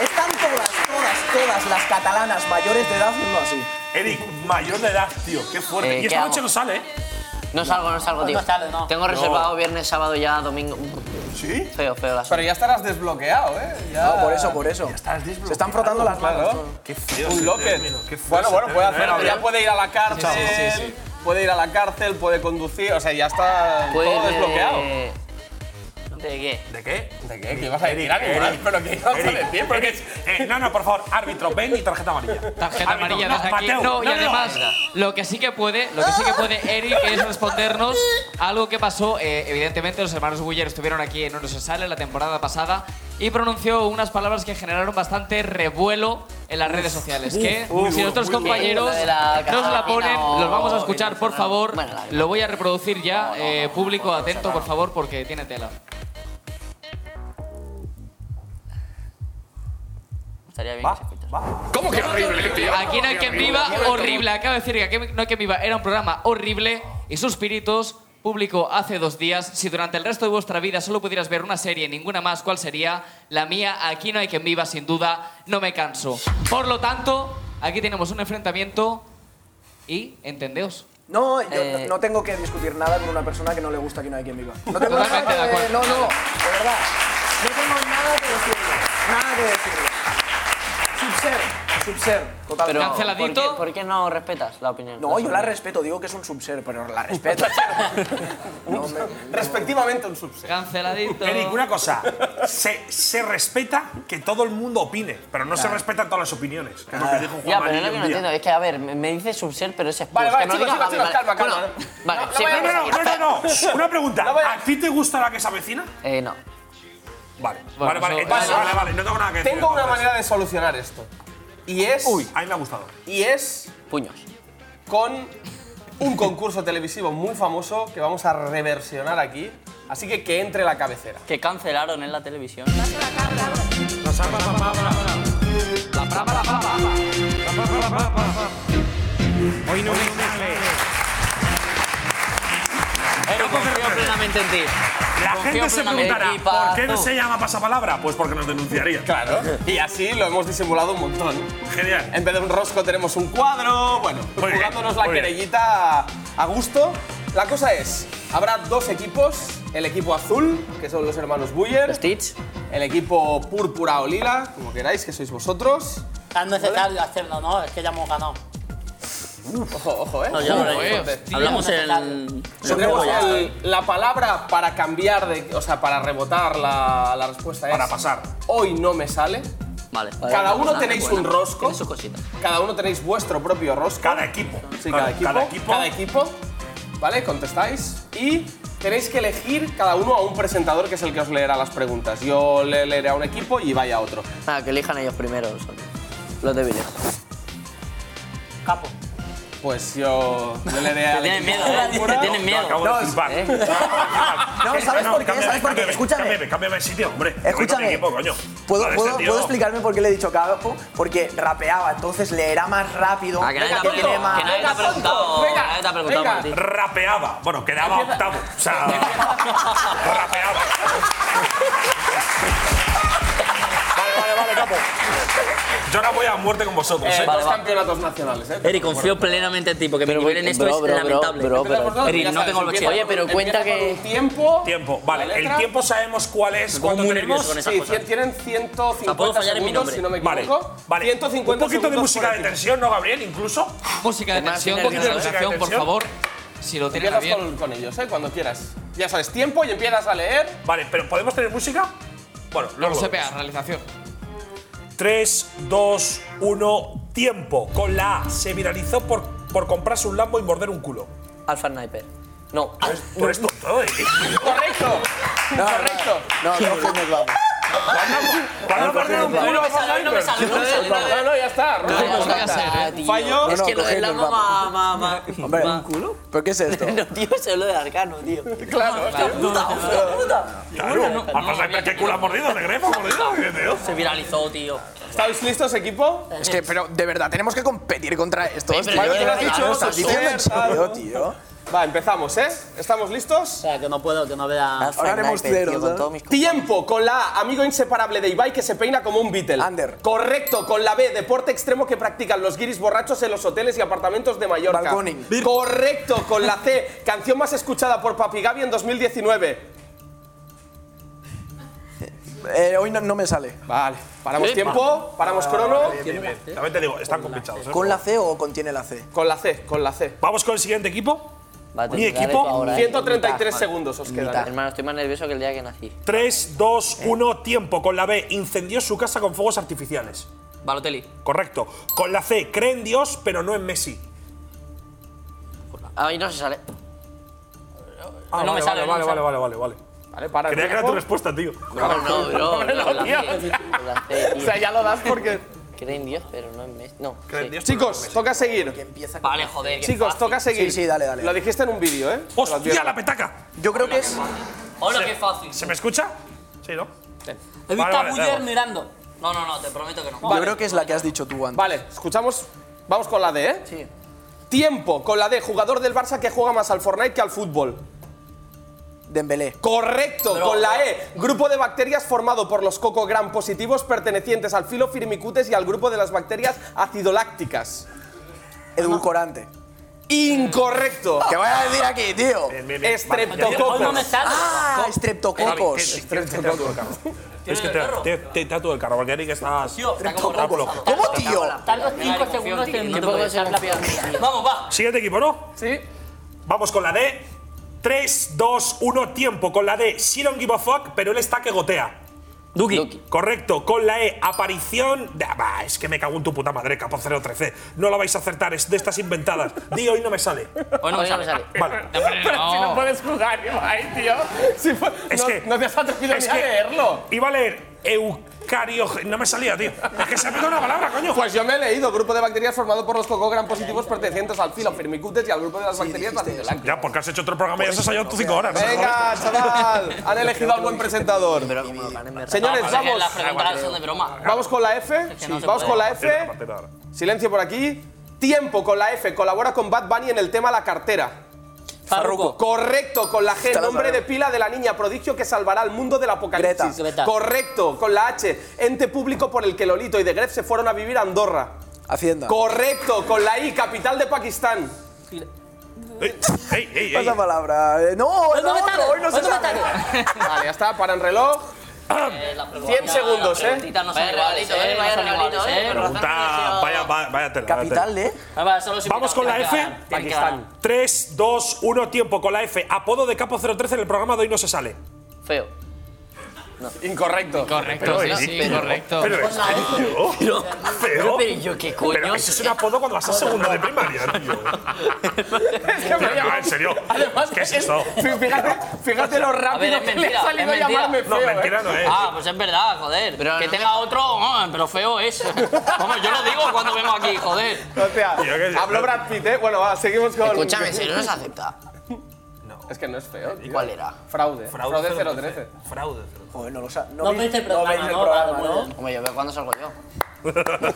G: Están todas, todas, todas las catalanas mayores de edad haciendo así.
E: Eric, mayor de edad, tío, qué fuerte.
J: Eh,
E: y
J: ¿qué
E: esta noche no
J: hago?
E: sale, ¿eh?
J: No salgo, no salgo, tío.
H: Pues No sale, no.
J: Tengo reservado viernes, sábado, ya, domingo. ¿Sí? Feo, feo la
F: Pero ya estarás desbloqueado, ¿eh? Ya.
G: No, por eso, por eso. Se están frotando las manos.
F: Claro.
E: Qué feo.
F: Un locker.
E: fuerte
F: Bueno, bueno, puede
E: término,
F: hacerlo.
E: ¿eh?
F: Ya puede ir a la cárcel. Puede ir a la cárcel, puede conducir. O sea, ya está
J: Pues,
F: todo
J: eh,
F: desbloqueado.
J: ¿De qué?
E: ¿De qué? ¿De
F: ¿Qué? ¿Qué ibas a decir? animal? ¿Pero qué ibas a decir? Porque
E: Eric, eh, no, no, por favor, árbitro, ven y tarjeta amarilla.
D: Tarjeta
E: Árbitro,
D: amarilla
E: no,
D: desde aquí.
E: Mateu,
D: no, y además,
E: no.
D: lo que sí que puede, lo que sí que puede Eric es respondernos algo que pasó. eh, evidentemente, los hermanos Buller estuvieron aquí en Uno se sale la temporada pasada y pronunció unas palabras que generaron bastante revuelo en las redes sociales. que si nuestros compañeros
J: Lo de la
D: nos la ponen,
J: cafeína o
D: los vamos a escuchar, por
J: vino,
D: favor.
J: bueno, la-
D: Lo voy a reproducir ya. eh, público atento, por favor, porque tiene tela.
J: Estaría bien que se escuchase.
F: ¿Cómo que horrible, tío?
D: Aquí no hay quien viva, horrible. Acabo de decir que aquí no hay quien viva. Era un programa horrible y sus piritos publicó hace dos días, si durante el resto de vuestra vida solo pudieras ver una serie, ninguna más, ¿cuál sería? La mía, aquí no hay quien viva, sin duda, no me canso. Por lo tanto, aquí tenemos un enfrentamiento y entendeos.
G: No, yo no- no tengo que discutir nada con una persona que no le gusta que no hay quien viva. No tengo nada
D: Totalmente de
G: que,
D: acuerdo.
G: no, no, de verdad. No tengo nada que decirle. Nada que decirle. Subser, subser, totalmente.
J: ¿por qué, por qué no respetas la opinión?
G: No, yo la respeto, digo que es un subser, pero
E: *laughs*
G: la respeto. No me-
F: Respectivamente un subset.
D: Canceladito.
E: Eric, una cosa. Se, se respeta que todo el mundo opine, pero no se respetan todas las opiniones. Es lo que dijo Juan
J: Ya, pero es
E: Manillo
J: lo que
E: un día.
J: no entiendo. Es que, a ver, me, me dice subser, pero ese es
F: Vale,
J: plus,
F: vale,
J: que no
F: chicos,
J: diga
F: chicos, chicos,
J: a mí,
F: calma, calma.
J: Bueno, vale,
F: No, no
J: sí,
F: vaya-
E: No, no, no, no, no. Una pregunta.
F: No voy a-
E: ¿A ti te gusta la que se avecina?
J: Eh, no.
E: Vale,
D: Bueno,
E: vale, vale.
D: eso-
E: Entonces,
D: vale.
E: vale, vale. No tengo nada que decir.
F: Tengo una
E: entonces.
F: manera de solucionar esto. Y es.
E: Uy, a mí me ha gustado.
F: Y es
J: Puños.
F: con un concurso televisivo muy famoso que vamos a reversionar aquí. Así que que entre la cabecera.
J: Que cancelaron en la televisión.
E: Hoy no me sale.
J: Pero confío plenamente en ti.
E: La
J: Confío
E: gente se
J: plenamente.
E: preguntará,
J: Equipazo.
E: ¿por qué no se llama pasapalabra? Pues porque nos denunciaría.
F: Claro. Y así lo hemos disimulado un montón.
E: Genial.
F: En vez de un rosco tenemos un cuadro. Bueno,
E: Muy bien,
F: jugándonos la
E: muy bien.
F: querellita a- a gusto. La cosa es, habrá dos equipos. El equipo azul, que son los hermanos Buyer.
J: Los Tits.
F: El equipo púrpura o lila, como queráis, que sois vosotros.
H: Tan necesario hacerlo, ¿no? Es que ya hemos ganado.
F: Ojo, ojo, eh.
H: No, ya lo
F: Ojo,
H: haré.
F: eh.
J: Hablamos en
F: Pondremos el- la palabra para cambiar, de, o sea, para rebotar la, la respuesta es.
E: Para pasar.
F: Hoy no me sale.
J: Vale.
F: Cada uno tenéis un rosco.
J: Tiene sus cositas.
F: Cada uno tenéis vuestro propio rosco.
E: Cada equipo.
F: Sí, cada equipo.
E: Cada equipo.
F: Cada equipo. ¿Vale? Contestáis. Y tenéis que elegir cada uno a un presentador que es el que os leerá las preguntas. Yo le leeré a un equipo y vaya a otro.
J: Nada, que elijan ellos primero. son Los débiles.
H: Capo.
F: Pues yo le leeré
J: *laughs*
F: al
J: Tienen
F: equipo.
J: miedo, ¿eh?
F: púrpura.
J: Tienen
E: No,
J: miedo.
E: acabo
G: No,
E: de flipar.
J: eh.
G: No, ¿sabes por qué?
E: cámbiame,
G: ¿Sabes por qué?
E: cámbiame,
G: Escúchame.
E: Cámbiame, cámbiame de sitio, hombre.
G: Escúchame.
E: Equipo, coño.
G: ¿Puedo,
E: Vale,
G: puedo,
E: este tío.
G: ¿Puedo explicarme por qué le he dicho capo? Porque rapeaba, entonces le era más rápido.
J: Ah, que nadie te ha
G: porque
F: tonto,
G: tiene más-
J: preguntado. Que nadie te ha
F: venga, tonto,
J: preguntado.
F: venga,
J: Nadie te ha preguntado
F: venga.
J: por ti.
E: Rapeaba. Bueno, quedaba octavo. O
F: *laughs*
E: sea. rapeaba. vale, vale, vale, capo. Yo ahora voy a muerte con vosotros,
F: Eh,
E: ¿eh?
J: Vale,
F: dos
J: va.
F: campeonatos nacionales, ¿eh?
J: Eric, confío plenamente en ti, porque me nivelen esto
H: bro,
J: es
H: bro, bro,
J: lamentable.
H: bro,
F: Empiezas por dos,
J: Eric,
F: ya
J: no
F: sabes,
J: tengo el
F: empieza
J: bolsillo.
F: con-
J: Oye, pero
F: empieza
J: cuenta
F: con
J: que-
F: un tiempo.
E: Tiempo. Vale,
F: la
E: el
F: letra.
E: tiempo sabemos cuál es.
J: Pongo
E: ¿Cuánto
J: muy nervioso
E: tenemos?
J: con esas
F: Sí,
J: cosas.
F: cien- tienen
J: No puedo
F: 150
J: fallar en mi
F: segundos,
J: nombre.
F: si no me
E: Vale,
F: equivoco.
E: vale.
F: 150
E: Un poquito de
F: segundos
E: música
F: por
E: de
F: equipo.
E: tensión, ¿no, Gabriel? Incluso.
D: Música de
J: Además,
D: tensión,
J: estoy
D: música de
E: nervioso.
D: tensión, por favor. Si lo tienes a
F: Empiezas
D: bien.
F: con, con ellos, ¿eh? Cuando quieras. Ya sabes, tiempo y empiezas a leer.
E: Vale, pero ¿podemos tener música? Bueno, luego.
D: Luego se pega, realización.
E: 3, 2, 1, tiempo. Con la A se viralizó por, por comprarse un Lambo y morder un culo.
J: Alfa Sniper. No.
E: Por esto todo, ¿eh?
F: ¡Correcto! ¡Correcto!
G: No, no, no, no, no.
E: Para no morder un culo.
J: no me sale, no me sale. no me
F: No,
J: sale.
F: no, ya está.
D: No,
F: Rojo.
D: no, no, no, no,
J: eh, tío.
F: Fallo.
J: Es que
G: No, no,
J: lo del
G: coged el
J: Lamo
G: mapa.
J: ma, ma, ma.
G: Hombre,
J: ma-
G: ¿pero qué es esto?
J: No, tío, eso es lo de Arcano, tío.
F: Claro,
J: ¡Hostia puta, hostia puta!
E: Claro,
D: no,
E: al pasar
D: no,
E: qué culo ha mordido, negrefa, mordido, ¿qué tío?
J: Se viralizó, tío.
F: ¿Estáis listos, equipo?
G: *laughs* Es que, pero de verdad, tenemos que competir contra esto.
J: Pero
G: hostia.
J: yo te lo he
G: ¿Qué
J: dicho,
G: estás diciendo en serio, tío?
F: Va, empezamos, ¿eh? ¿Estamos listos?
H: O sea, que no puedo, que no vea.
G: Ahora haremos cero, ¿sabes?
F: Tiempo con la A, amigo inseparable de Ibai que se peina como un Beatle.
G: Ander.
F: Correcto, con la B, deporte extremo que practican los guiris borrachos en los hoteles y apartamentos de Mallorca.
G: Balconing.
F: Correcto, con la C,
E: *laughs*
F: canción más escuchada por Papi Gaby en 2019.
G: Eh, hoy no, no me sale.
F: Vale, paramos tiempo, paramos crono.
E: También te digo, están complicados. ¿eh?
G: ¿Con la C o contiene la C?
F: Con la C, con la C.
E: Vamos con el siguiente equipo.
J: Va, te
E: Mi
J: tocaré
E: equipo,
J: tú ahora, eh.
F: 133 segundos os quedan.
J: Hermano, estoy más nervioso que el día que nací.
E: 3, 2, 1, tiempo. Con la B, incendió su casa con fuegos artificiales.
J: Balotelli.
E: Correcto. Con la C, cree en Dios, pero no en Messi.
J: Ahí no se sale.
E: Ah,
J: No me
E: vale,
J: sale,
E: vale, vale,
J: no me sale.
E: vale, vale, vale, vale.
F: Vale, para el
E: Creía que era tu
F: tiempo.
E: respuesta, tío.
J: No, no, bro. bro, la
F: tío.
J: C, la C,
F: O
J: tío.
F: sea, ya lo das porque.
J: Cree en Dios, pero no en Messi. No.
E: Cree en Dios, pero
J: sí.
E: no en
F: Chicos,
E: Messi.
F: toca seguir.
G: Empieza con-
J: Vale, joder. qué
F: Chicos,
J: fácil.
F: toca seguir.
G: Sí, sí, dale, dale.
F: Lo dijiste en un vídeo, ¿eh? Os lo
E: ¡Hostia,
F: advierto.
E: la petaca!
G: Yo creo que es.
J: Hola, qué fácil.
E: ¿Se me escucha? Sí, ¿no?
H: He
E: Vale,
H: visto a
E: vale,
H: Buller
E: dale.
H: mirando.
J: No, no, no, te prometo que no.
G: Yo creo que es la que has dicho tú antes.
F: Vale, escuchamos. Vamos con la D, ¿eh? Sí. Tiempo, con la D, jugador del Barça que juega más al Fortnite que al fútbol.
G: Dembélé.
F: Correcto, con la E. Grupo de bacterias formado por los coco gram positivos pertenecientes al filo firmicutes y al grupo de las bacterias acidolácticas.
G: Edulcorante.
E: *laughs*
F: Incorrecto.
G: ¿Qué voy a decir aquí, tío?
F: Estreptococos.
G: Ah, estreptococos.
E: Estreptococos. Es que te, te, te tatúo el carro, porque Eric está.
J: está como
E: está
J: loco.
E: flojo.
G: ¿Cómo, tío?
H: Tardo 5 segundos en
J: Qué poco se nos pide. Vamos, va.
E: Siguiente equipo, ¿no?
F: Sí.
E: Vamos con la D. 3, 2, 1, tiempo. Con la D, she don't give a fuck, pero él está que gotea.
J: Duki.
E: Correcto, con la E, aparición. de- Ah, bah, es que me cago en tu puta madre, capo 013. No la vais a acertar, es de estas inventadas. Di hoy no me sale.
D: Hoy no me
J: Hoy no
D: sale.
J: me sale.
E: Vale.
D: No, hombre, no.
F: puedes jugar, Ibai, tío. Si fue-
E: Es
F: no,
E: que-
F: no te has atrevido
E: es
F: ni a
E: que-
F: leerlo.
E: Iba a leer eucario. No me salía, tío. Es que se me ha pegado una palabra, coño.
F: Pues yo me he leído. Grupo de bacterias formado por los cocogram positivos pertenecientes al filo firmicutes y al grupo de las bacterias acidolácticas.
E: Ya, porque has hecho otro programa y has ensayado tus cinco horas. ¿no?
F: Pues, Venga, chaval. Han elegido al buen presentador. Señores,
J: Vamos,
F: vamos.
J: Las preguntas son de broma.
F: Vamos con la F.
J: que no se
F: Vamos
J: puede.
F: con la
E: Partida,
F: F.
E: partida ahora.
F: Silencio por aquí. Tiempo con la F. Colabora con Bad Bunny en el tema La cartera.
J: Farruko.
F: Correcto, con la G,
G: Esta la
F: nombre de
G: sabemos.
F: pila de la niña prodigio que salvará al mundo del apocalipsis.
H: Greta. Greta.
F: Correcto, con la H, ente público por el que Lolito y de Gref se fueron a vivir a Andorra.
J: Ah.
G: Hacienda.
F: Correcto, con la I, capital de
J: *laughs*
F: Pakistán.
E: Ey, ey, ey, ey.
G: Pasa palabra. Eh, No,
J: Hoy
G: el
J: no me
G: otro,
J: sale.
G: hoy no se
J: Hoy no me
G: sabe.
J: sale.
F: Vale, ya está, para el reloj.
J: Eh,
F: 100 segundos, ¿eh?
J: Preguntitas no son
C: Vaya
J: iguales,
C: regalito, eh,
J: ¿eh? No
C: vaya
J: son
C: regalito,
J: iguales,
C: eh.
J: ¿eh?
C: Pero
E: Pregunta, vaya, vaya, vaya tela, vaya tela.
G: Capital, ¿eh?
J: Ah, va, son los
E: Vamos
J: invitados,
E: con la
J: tienen que
E: F.
J: ganar, tienen que
F: Pakistán.
J: ganar.
E: 3, 2, 1, tiempo. Con la F, apodo de capo 013 en el programa de hoy no se sale.
J: Feo.
F: Incorrecto.
D: Correcto, sí, sí, correcto.
E: Pero
F: Pues
E: es feo. Feo.
J: Pero yo qué coño.
E: Pero eso es un apodo cuando
F: *laughs*
E: vas a segundo de primaria, tío.
F: Es que me *laughs*
E: No,
F: llama-
E: en serio.
F: Además,
E: ¿Qué es
F: es-
E: esto?
F: Fíjate, fíjate lo rápido
J: ver, es
F: que le
J: mentira,
F: ha
J: es
F: salido
J: mentira.
F: llamarme
E: No,
F: feo, ¿eh?
E: mentira no es.
J: Ah, pues es verdad, joder. que tenga otro, ah, pero feo es. Vamos, yo lo digo cuando vemos aquí, joder.
F: O sea,
E: Tío, que-
F: habló Brad Pitt, ¿eh? Bueno, va, seguimos con.
J: Escúchame, si no se acepta.
F: Es que no es feo. tío.
J: ¿Cuál era?
F: Fraude. Fraude 013.
E: Fraude.
G: Joder, no lo sabe.
H: No veis el programa,
G: veis el
H: ¿no?
G: programa,
H: Vale,
G: ¿no?
H: bueno.
J: Hombre, yo veo cuándo salgo yo.
F: *laughs*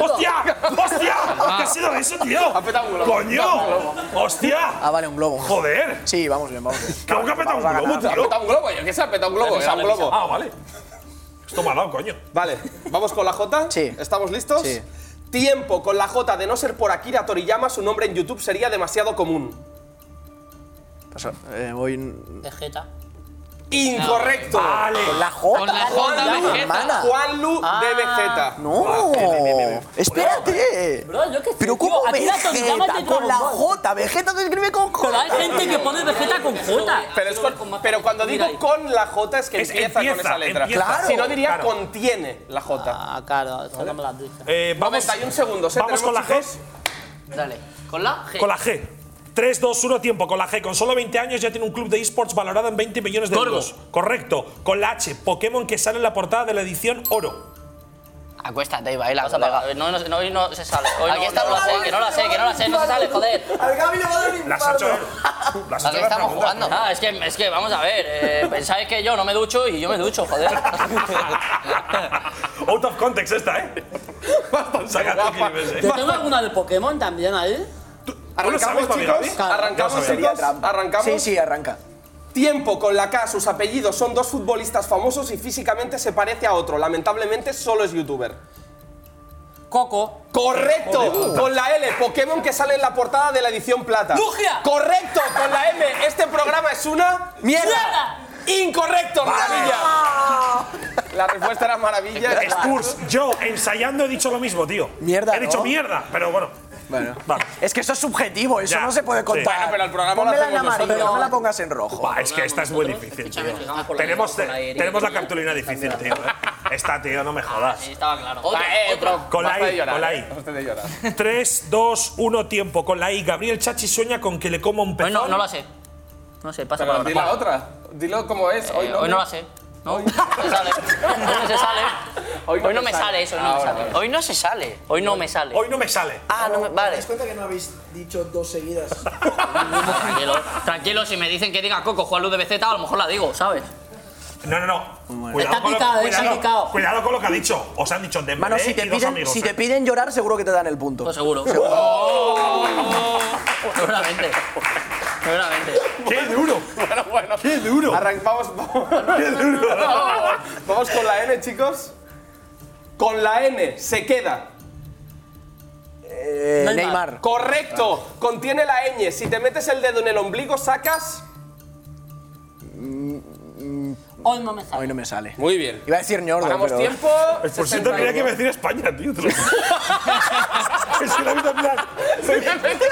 E: ¡Hostia! ¡Hostia!
F: Ah.
E: ¿Qué ha sido eso, tío?
F: Ha petado un globo.
E: ¡Coño!
F: Ha petado un
G: Ah,
E: ¡Hostia!
G: vale, un globo.
E: ¡Joder!
G: Sí, vamos bien, vamos bien.
E: ¿Cómo *laughs* que ha petado
G: Vamos a
E: un globo,
G: ganar.
F: ¿Ha
E: tío?
F: petado un globo? Yo qué sé, ha petado un globo. Era un globo.
E: Ah, vale. Esto me ha dado, coño.
F: Vale, vamos con la J.
G: Sí.
F: ¿Estamos listos?
G: Sí.
F: Tiempo con la J de no ser por Akira Toriyama, su nombre en YouTube sería demasiado común.
G: Pasa- eh, voy.
J: Tejeta.
F: Incorrecto.
E: Vale.
G: Con la J.
D: Con la J de
G: Juanlu,
D: Vegeta.
G: hermana. Ah.
F: Juan Lu DBZ.
G: No. Espérate.
H: Bro, yo qué sé,
G: Pero
H: tío,
G: ¿cómo
H: aquí la Toriyama es
G: Vegeta?
H: de
G: Con la
H: Dragon Ball.
G: J. Vegeta se escribe con J.
H: Pero hay gente que pone Vegeta con J.
F: Pero, es con- pero cuando digo con la J es que
E: Es-
F: empieza, con
E: empieza,
F: esa letra.
E: empieza.
G: Claro.
F: Si no diría
E: Claro.
F: contiene la J.
H: Ah, *laughs* claro, eso no me lo has dicho.
E: Eh, vamos,
F: 91 segundos, ¿eh?
E: Vamos con la G.
F: Tenemos,
J: Dale. ¿Con la G?
E: Con la G. 3, 2, 1, tiempo. Con la G. Con solo 20 años ya tiene un club de esports valorado en 20 millones de
J: Corvo.
E: euros. Correcto. Con la H. Pokémon que sale en la portada de la edición Oro.
J: Acuéstate, Ibai, la colega. No, no, no, hoy no se sale. Aquí
G: no,
J: estamos,
G: no,
J: eh,
G: no,
J: que no la sé, que no la sé, no se sale, joder.
G: Al Gaby le va a dar un
E: Las 8.
G: infarto.
E: Las
J: ¿A qué estamos jugando? Ah, es que, es que vamos a ver. Eh, *laughs* pensáis que yo no me ducho y yo me ducho, joder. *laughs*
E: Out of context esta, ¿eh? Sacate el clip ese.
H: Yo tengo alguna de Pokémon también ahí.
E: ¿Tú lo sabes,
F: Arrancamos,
E: Mami
F: chicos.
E: Gaby?
F: Arrancamos,
E: Ya
G: Sería
F: chicos.
G: trampa.
F: Arrancamos.
G: Sí, sí, arranca.
F: Tiempo con la K, sus apellidos son dos futbolistas famosos y físicamente se parece a otro. Lamentablemente solo es youtuber.
H: Coco.
F: Correcto, con la L, Pokémon que sale en la portada de la edición plata.
H: ¡Lugia!
F: Correcto, con la M, este programa es una mierda. Incorrecto, maravilla. La respuesta era maravilla.
E: Spurs, yo ensayando he dicho lo mismo, tío.
G: Mierda,
E: He dicho
G: ¿no?
E: mierda, pero bueno.
G: Bueno.
E: Vale.
G: Es que eso es subjetivo, eso
E: Ya,
G: no se puede
E: sí.
G: contar.
E: Bueno,
F: pero el programa lo
G: Pónmela en
F: hacemos
G: amarillo,
F: nosotros.
G: no me la pongas en rojo.
E: Buah, es que esta es muy difícil, tío. Tenemos, tenemos la cartulina difícil, tío. ¿eh? Esta, tío,
F: Ah,
E: no me jodas.
J: Sí, estaba claro.
F: Va, eh, bro,
E: Con la
F: basta de
E: I,
F: llorar,
E: con la
F: eh,
E: I.
F: basta de llorar.
E: 3, 2, 1, tiempo. Con la I, Gabriel Chachi sueña con que le coma un pezón.
J: Hoy no, no la sé. No sé, pasa
F: Pero
J: palabra.
F: di la otra. Dilo como es.
J: Eh, hoy no la sé. No, hoy no *laughs* se sale. Hoy no se sale. Hoy no, me sale eso, hoy no me
F: Ahora,
J: sale. Hoy no se sale. Hoy no me sale.
E: Hoy no me sale.
J: Ah, no me. Vale.
I: ¿Te das cuenta que no habéis dicho dos seguidas?
H: Oh.
J: Tranquilo, tranquilo, si me dicen que diga Coco, Juan Luz de Beceta, a lo mejor la digo, ¿sabes?
E: No, no, no.
H: Está picado, eh, está
E: cuidado-
H: picado.
E: cuidado con lo que ha dicho. Os han dicho de
G: Mano, si te,
E: y dos
G: piden,
E: amigos.
G: si
E: eh.
G: te piden llorar, seguro que te dan el punto.
J: Pues seguro. Seguramente. Seguramente.
E: ¡Qué duro!
F: Bueno, bueno.
E: ¡Qué duro!
F: Arrancamos.
J: *laughs*
F: Vamos,
E: ¡Qué duro!
F: vamos con la N, chicos. Con la N se queda.
G: Eh, Neymar.
F: Correcto. Contiene la ñ. Si te metes el dedo en el ombligo, sacas.
H: Hoy no me sale.
G: Hoy no me sale.
F: Muy bien.
G: Iba a decir ñordo,
F: Ganamos
G: pero…
F: tiempo.
G: Pues
E: Por cierto, tenía Pues que decir España, tío.
G: *laughs*
E: te lo- *laughs* es que la vida en plan.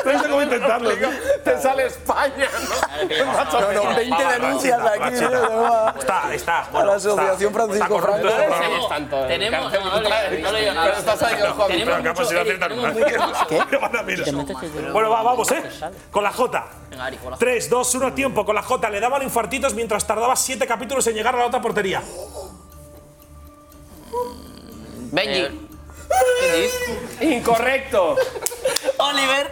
E: No sé cómo intentarlo, tío.
F: Te sale España,
J: *laughs*
F: ¿no? Macho,
G: No, no, 20
E: Ah,
G: denuncias
E: rachita,
G: aquí.
E: rachita.
G: tío, no,
E: Está, está. Bueno,
G: la Asociación
E: está- está
G: Francisco
E: corrupto
G: Franco.
E: este
F: No
E: programa.
F: enseñes tanto.
J: Tenemos-
F: Cárcel
J: no, no,
F: cultural.
J: no, no, no, no,
F: Pero estás ahí, Juan.
J: Tenemos-
E: Pero acá
J: mucho-
E: hemos ido a hacer
J: tenemos
E: tan- *laughs* ¿Qué van a mirar? Bueno, va, vamos, ¿eh? Con la J.
J: Venga, Ari, con la J.
E: 3, 2, 1, tiempo. Con la J le daban infartitos mientras tardaba 7 capítulos en llegar a la otra portería.
J: Mm, Benji.
F: Incorrecto.
J: Oliver.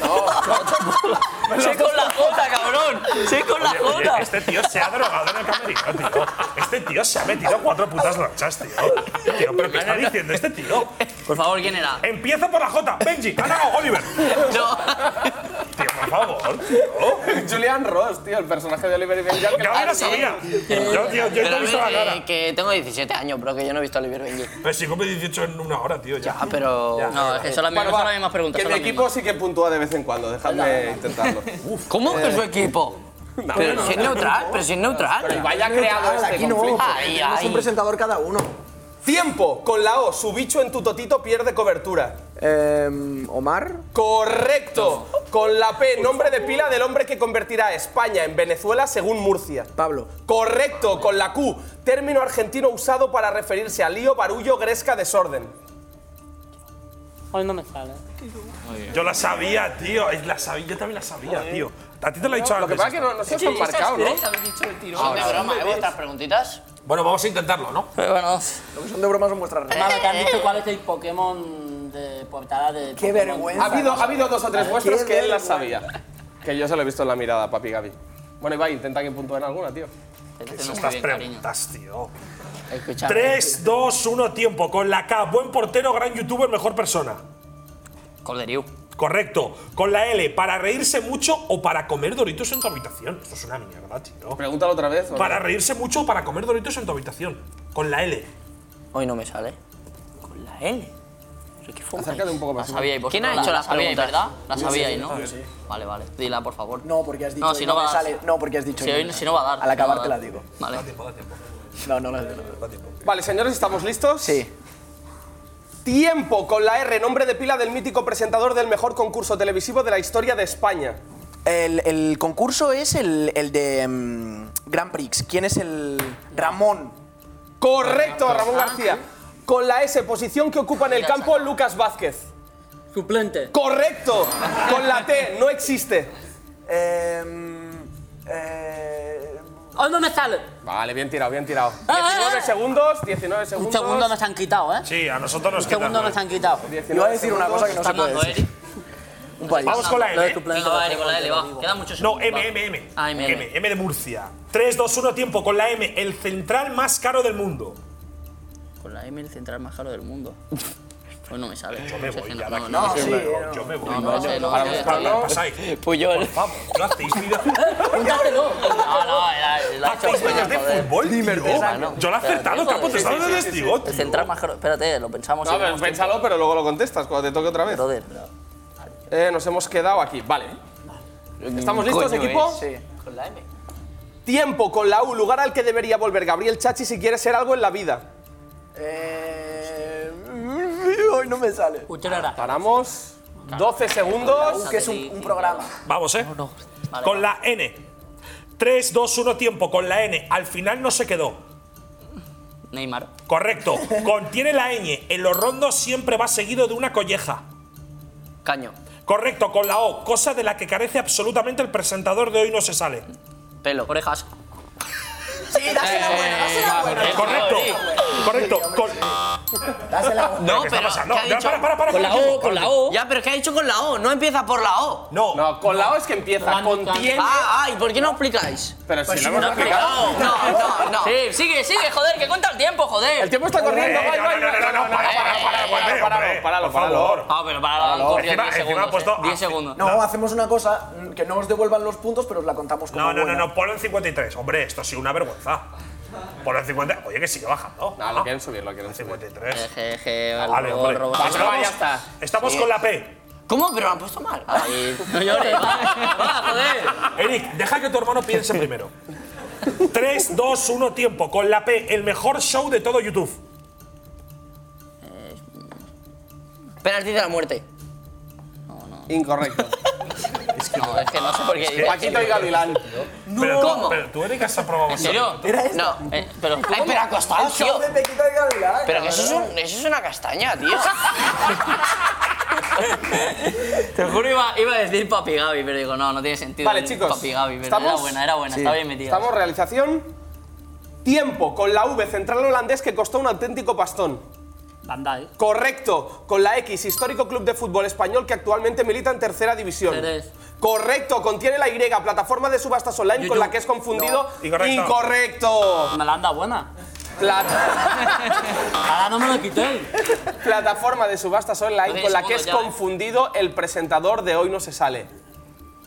J: No. *laughs* Sé con la jota, cabrón. Sé con la
E: Oye,
J: jota.
E: este tío se ha drogado en el camerino, tío. Este tío se ha metido cuatro putas lanchas, tío. Tío, ¿pero qué está diciendo este tío?
J: Por favor, ¿quién era?
E: Empieza por la J. Benji, ha ganado Oliver.
J: No.
E: Tío, por favor, tío.
F: Julian Ross, tío, el personaje de Oliver y Benjamin.
E: Yo ahora sabía. Yo, tío, yo
J: Pero
E: no he visto la
J: eh,
E: cara.
J: que tengo 17 años, bro, que yo no he visto a Oliver Benji.
E: Pero si come 18 en una hora, tío, ya.
J: Ah, pero. No, es que son las mismas,
F: Bueno,
J: son
F: va,
J: las mismas preguntas.
F: Que
J: son
F: mi
J: las
F: equipo sí que puntúa de vez en cuando, dejadme
J: *laughs*
F: intentarlo.
J: mismas. ¿Cómo que su equipo? pero si es neutral, pero si es neutral.
F: Y vaya creado
G: Ah,
F: este
G: aquí no.
F: conflicto.
J: Ay,
G: Tenemos
J: ay.
G: un presentador cada uno.
F: Tiempo, con la O, su bicho en tu totito pierde cobertura.
G: Eh, Omar.
F: Correcto. Con la P, nombre de pila del hombre que convertirá a España en Venezuela según Murcia.
G: Pablo.
F: Correcto, con la Q, término argentino usado para referirse a lío, barullo, gresca, desorden.
H: Hoy no me sale.
E: Yo la sabía, tío. Es- La sabía, yo también la sabía, tío. A ti te lo he dicho
F: Lo que
E: antes.
F: pasa es que no, no se os han marcado, ¿no?
J: Son de broma, ¿eh? Vuestras preguntitas.
E: Bueno, vamos a intentarlo, ¿no?
J: Pero bueno.
G: Lo que son de bromas son vuestras redes.
H: Hermano, te han dicho cuál es el Pokémon de portada de.
G: Qué
H: Pokémon.
G: vergüenza.
F: Ha habido, ha habido dos o tres vuestras
G: Qué
F: que él las
G: vergüenza.
F: sabía. Que yo se lo he visto en la mirada, papi Gaby. Bueno, Ibai, intenta que puntúen alguna, tío.
E: Estas preguntas, tío.
J: Escuchad.
E: 3, 2, 1, tiempo. Con la K, buen portero, gran youtuber, mejor persona.
J: Corderiu.
E: Correcto. Con la L, para reírse mucho o para comer doritos en tu habitación. Esto es una mierda, tío.
F: Pregúntalo otra vez. ¿o no?
E: Para reírse mucho o para comer doritos en tu habitación. Con la L.
J: Hoy no me sale. Con la L. Pero qué fumáis.
F: Acércate un poco más.
J: La sabíais vosotros,
K: ¿Quién ha
J: la-
K: hecho
J: la
K: las
J: sabíais,
K: preguntas?
J: verdad? La sabíais, ¿no? Vale, vale. Dila, por favor.
G: No, porque has dicho
J: No, si
G: y
J: no
G: me
J: va a-
G: sale. No, porque has dicho.
J: Si,
G: y
J: hoy,
G: me
J: si no va a dar.
G: Al
J: si no va
G: acabar
J: a
G: te la
J: dar.
G: digo.
J: Vale.
G: No, no la no, no.
F: Vale, señores, ¿estamos listos?
G: Sí.
F: Tiempo con la R, nombre de pila del mítico presentador del mejor concurso televisivo de la historia de España.
G: El, el concurso es el, el de mm, Grand Prix. ¿Quién es el Ramón?
H: Ah,
F: Correcto, Ramón García. Con la S, posición que ocupa en el campo Lucas Vázquez.
H: Suplente.
F: Correcto. Con la T, no existe.
G: Eh, eh,
H: Hoy no me sale.
F: Vale, bien tirado, bien tirado.
H: Ah,
F: 19
H: ah, ah.
F: segundos, 19 segundos.
H: Un segundo nos han quitado, ¿eh?
E: Sí, a nosotros nos
H: Un segundo nos
E: queda.
H: han quitado.
F: 19
G: iba a decir una
F: segundos.
G: cosa que no se puede
J: Fernando,
G: decir.
J: Eri.
G: Un país.
E: Vamos con la
H: Lo de
E: L. ¿eh?
H: suplente.
J: Venga, va, Eri, con la L, va. Queda mucho
E: No, M, M, M.
J: Ah, M, M.
E: M, M de Murcia. 3, 2, 1, tiempo. Con la M, el central más caro del mundo.
J: Con la M, el central más caro del mundo. Hoy no me sale.
E: Yo me voy, ya. de aquí.
J: no.
E: Yo me voy, Yo me voy.
J: No, no, no, no, no,
E: Vale,
J: no.
E: pasáis.
J: Puyol.
E: Vamos, ¿lo hacéis vida?
H: Pregúntaselo.
J: No, no, era- *laughs* la ha hecho
E: ¿Hacéis
J: Puyol,
E: videos de
J: joder.
E: fútbol, tío?
J: Exacto.
E: Yo lo he acertado,
J: Espérate,
E: capo. Te
J: sí,
E: estás dando testigo,
J: El
E: tío.
J: central más caro. Espérate, lo pensamos. y
F: No, pero
J: vemos tiempo.
F: pénsalo, pero luego lo contestas cuando te toque otra vez.
J: Joder.
F: Eh, nos hemos quedado aquí. Vale. ¿Estamos listos,
J: Coño,
F: equipo?
J: eh. Con la M.
F: Tiempo con la U, lugar al que debería volver Gabriel Chachi si quiere ser algo en la vida.
G: Eh, *laughs* hoy no me sale.
H: Cuchara.
F: Paramos. 12 segundos.
G: Que es un, un programa.
E: Vamos, ¿eh? Con la N. 3, 2, 1, tiempo. Con la N. Al final no se quedó.
J: Neymar.
E: Correcto. Contiene la ñ. En los rondos siempre va seguido de una colleja.
J: Caño.
E: Correcto, con la O, cosa de la que carece absolutamente el presentador de hoy no se sale.
J: Pelo. Orejas.
G: Sí, dásela buena, dásela buena.
E: eh, Correcto. Correcto. Con,
I: Dásela.
J: No,
E: ¿Qué está
J: pero.
E: pasando?
J: ¿qué ha
E: Ya,
J: dicho?
E: para, para, para,
J: con la
E: para,
J: O,
E: para.
J: con la O.
E: Correcto.
J: Ya, pero ¿qué ha dicho con la O? No empieza por la O.
E: no.
F: No, con la O es que empieza. Contiene.
J: Ah, ah, ¿y por qué no explicáis?
F: Pero si lo hemos explicado.
J: No,
E: Ah,
J: no, no. Sí, sigue, sigue, joder, que cuenta el tiempo,
F: El
J: joder.
F: tiempo está corriendo.
E: Eh,
F: Vai,
E: no,
F: vai,
E: no, no,
F: vai.
E: no, no, para, para, para, aguante,
F: Páralo,
E: hombre,
F: páralo,
E: por
F: páralo.
E: favor.
J: Ah, pero para la corría
E: Encima-
J: 10
E: encima ha
J: segundos.
E: puesto- ah,
J: eh, 10 segundos.
I: No, hacemos una cosa, mm, que no os devuelvan los puntos, pero os la contamos como
E: No, no, no,
I: buena.
E: no, ponlo en 53. Hombre, esto ha sido una vergüenza. Ponlo en 50. Oye, que sigue bajando.
F: No, lo quieren subir, lo quieren subir.
E: 53.
J: Jeje, el
E: Vale,
J: robot,
E: hombre.
J: robot.
E: Estamos,
F: ya está.
E: estamos con la P.
J: ¿Cómo? Pero lo han
E: *laughs*
J: puesto mal. Ay, no llores, va, va, joder.
E: Eric, deja que tu hermano piense primero. 3, 2, 1, tiempo. Con la P, el mejor show de todo YouTube.
J: Penalti de la muerte.
F: Incorrecto.
E: *laughs*
J: No, es que no sé por qué.
F: Paquito y Gavilán.
E: Pero,
J: ¿Cómo?
E: Tú, pero tú, Eric, has aprobado
J: ¿En serio?
I: ¿Era esto?
J: No, eh, pero. ¿tú cómo?
I: pero
J: acostado,
I: El show de Pequita de Gavilán.
J: Pero que eso es, un- eso es una castaña,
E: *laughs*
J: tío. Te juro, iba, iba a decir papi Gaby, pero digo, no, no tiene sentido.
F: Vale,
J: el
F: chicos,
J: Papi Gaby, pero
F: ¿estamos?
J: era buena, era buena,
F: Sí.
J: estaba bien metida.
F: Estamos realización. Tiempo con la V central holandés que costó un auténtico pastón.
H: Bandai.
F: Correcto, con la X, histórico club de fútbol español que actualmente milita en tercera división.
H: Jerez.
F: Correcto, contiene la Y, plataforma de subastas online con
H: YouTube.
F: la que es confundido.
E: No. Incorrecto.
F: Incorrecto.
H: Me la anda buena.
E: *laughs*
F: Plata-
H: Ahora no me lo quitéis.
F: plataforma de subastas online
J: Oye,
F: con la que es
J: segundo ya, ¿eh?
F: confundido el presentador de Hoy No Se Sale.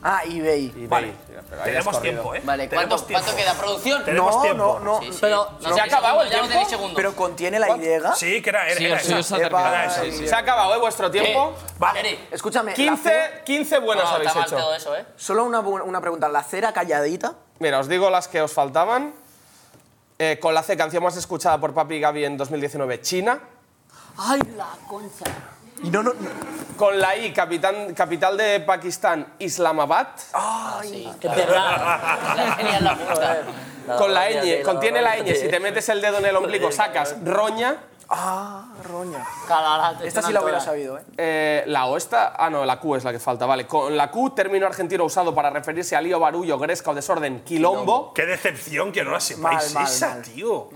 G: Ah, eBay.
E: Vale,
F: Mira, pero ahí has
E: tenemos
F: corrido.
E: tiempo, ¿eh?
J: Vale,
E: Tenemos
J: ¿cuánto,
E: tiempo.
J: ¿cuánto queda? ¿Producción?
E: Tenemos
G: no,
E: tiempo.
G: no, no.
J: Sí, sí.
H: Pero-
J: No,
H: ¿Se
J: sí,
H: ha acabado
J: segundo, Ya no tenéis segundos.
G: Pero contiene la Y.
E: Sí, que era. era,
D: Sí,
E: era
D: el suyo
E: esa.
D: se ha terminado.
E: Era esa.
F: Se ha acabado, ¿eh? Vuestro tiempo.
E: Vale.
J: Eric,
G: Escúchame, la
F: 15, 15 buenas
J: no,
F: habéis
J: está mal
F: hecho.
J: todo eso, ¿eh?
G: Solo una, bu- una pregunta. ¿La cera calladita?
F: Mira, os digo las que os faltaban. Eh, con la C, canción más escuchada por Papi y Gaby en 2019, China.
H: Ay, la concha.
G: Y no, no, no.
F: Con la I, capitán- capital de Pakistán, Islamabad.
J: Ah,
H: Qué perra. *laughs*
J: Genial la puta.
F: con la ñ, contiene la ñ. Si te metes el dedo en el ombligo, sacas roña.
H: Calarate,
G: Esta sí
H: están
G: la hubiera
H: todas.
G: sabido, ¿eh?
F: Eh, la O está. Ah, no, la Q es la que falta, vale. Con la Q, término argentino usado para referirse a lío, barullo, gresca o desorden, quilombo.
E: Qué decepción que no la sepáis esa, tío.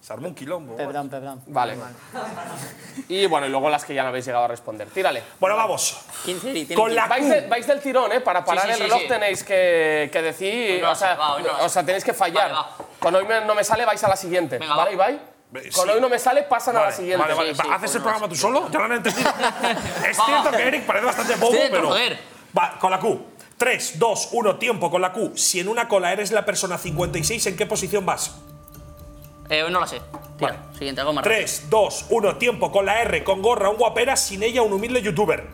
E: Se armó un quilombo.
H: Perdón, perdón.
F: Vale. Y bueno, y luego las que ya no habéis llegado a responder. Tírale.
E: Bueno, vamos.
J: 15 y tiene
E: Con la
F: Vais, de- vais del tirón, ¿eh? Para parar
J: Ah, uh. sí, sí,
F: el reloj
J: sí.
F: tenéis que, que decir.
J: Hoy no
F: o, sea,
J: has- va, hoy no has-
F: o sea, tenéis que fallar.
J: Vale,
F: Con hoy me- no me sale, vais a la siguiente.
J: Venga,
F: ¿Vale,
J: va.
F: Ibai?
E: Ve-
F: Con
E: sí.
F: hoy no me sale, pasan a la
E: Vale,
F: siguiente.
E: vale, vale.
J: Sí, sí,
E: ¿Haces el
J: bueno,
E: programa tú solo? Ya lo han
J: *laughs*
E: entendido. es cierto que Eric parece bastante bobo,
J: Cierto,
E: pero.
J: joder.
E: Va, con la Q. 3, 2, 1, tiempo con la Q. Si en una cola eres la persona 56, ¿en qué posición vas?
J: Eh, no la sé. Tira.
E: Vale.
J: Siguiente, algo más.
E: 3, 2, 1, tiempo con la R, con gorra, un guapera, sin ella un humilde youtuber.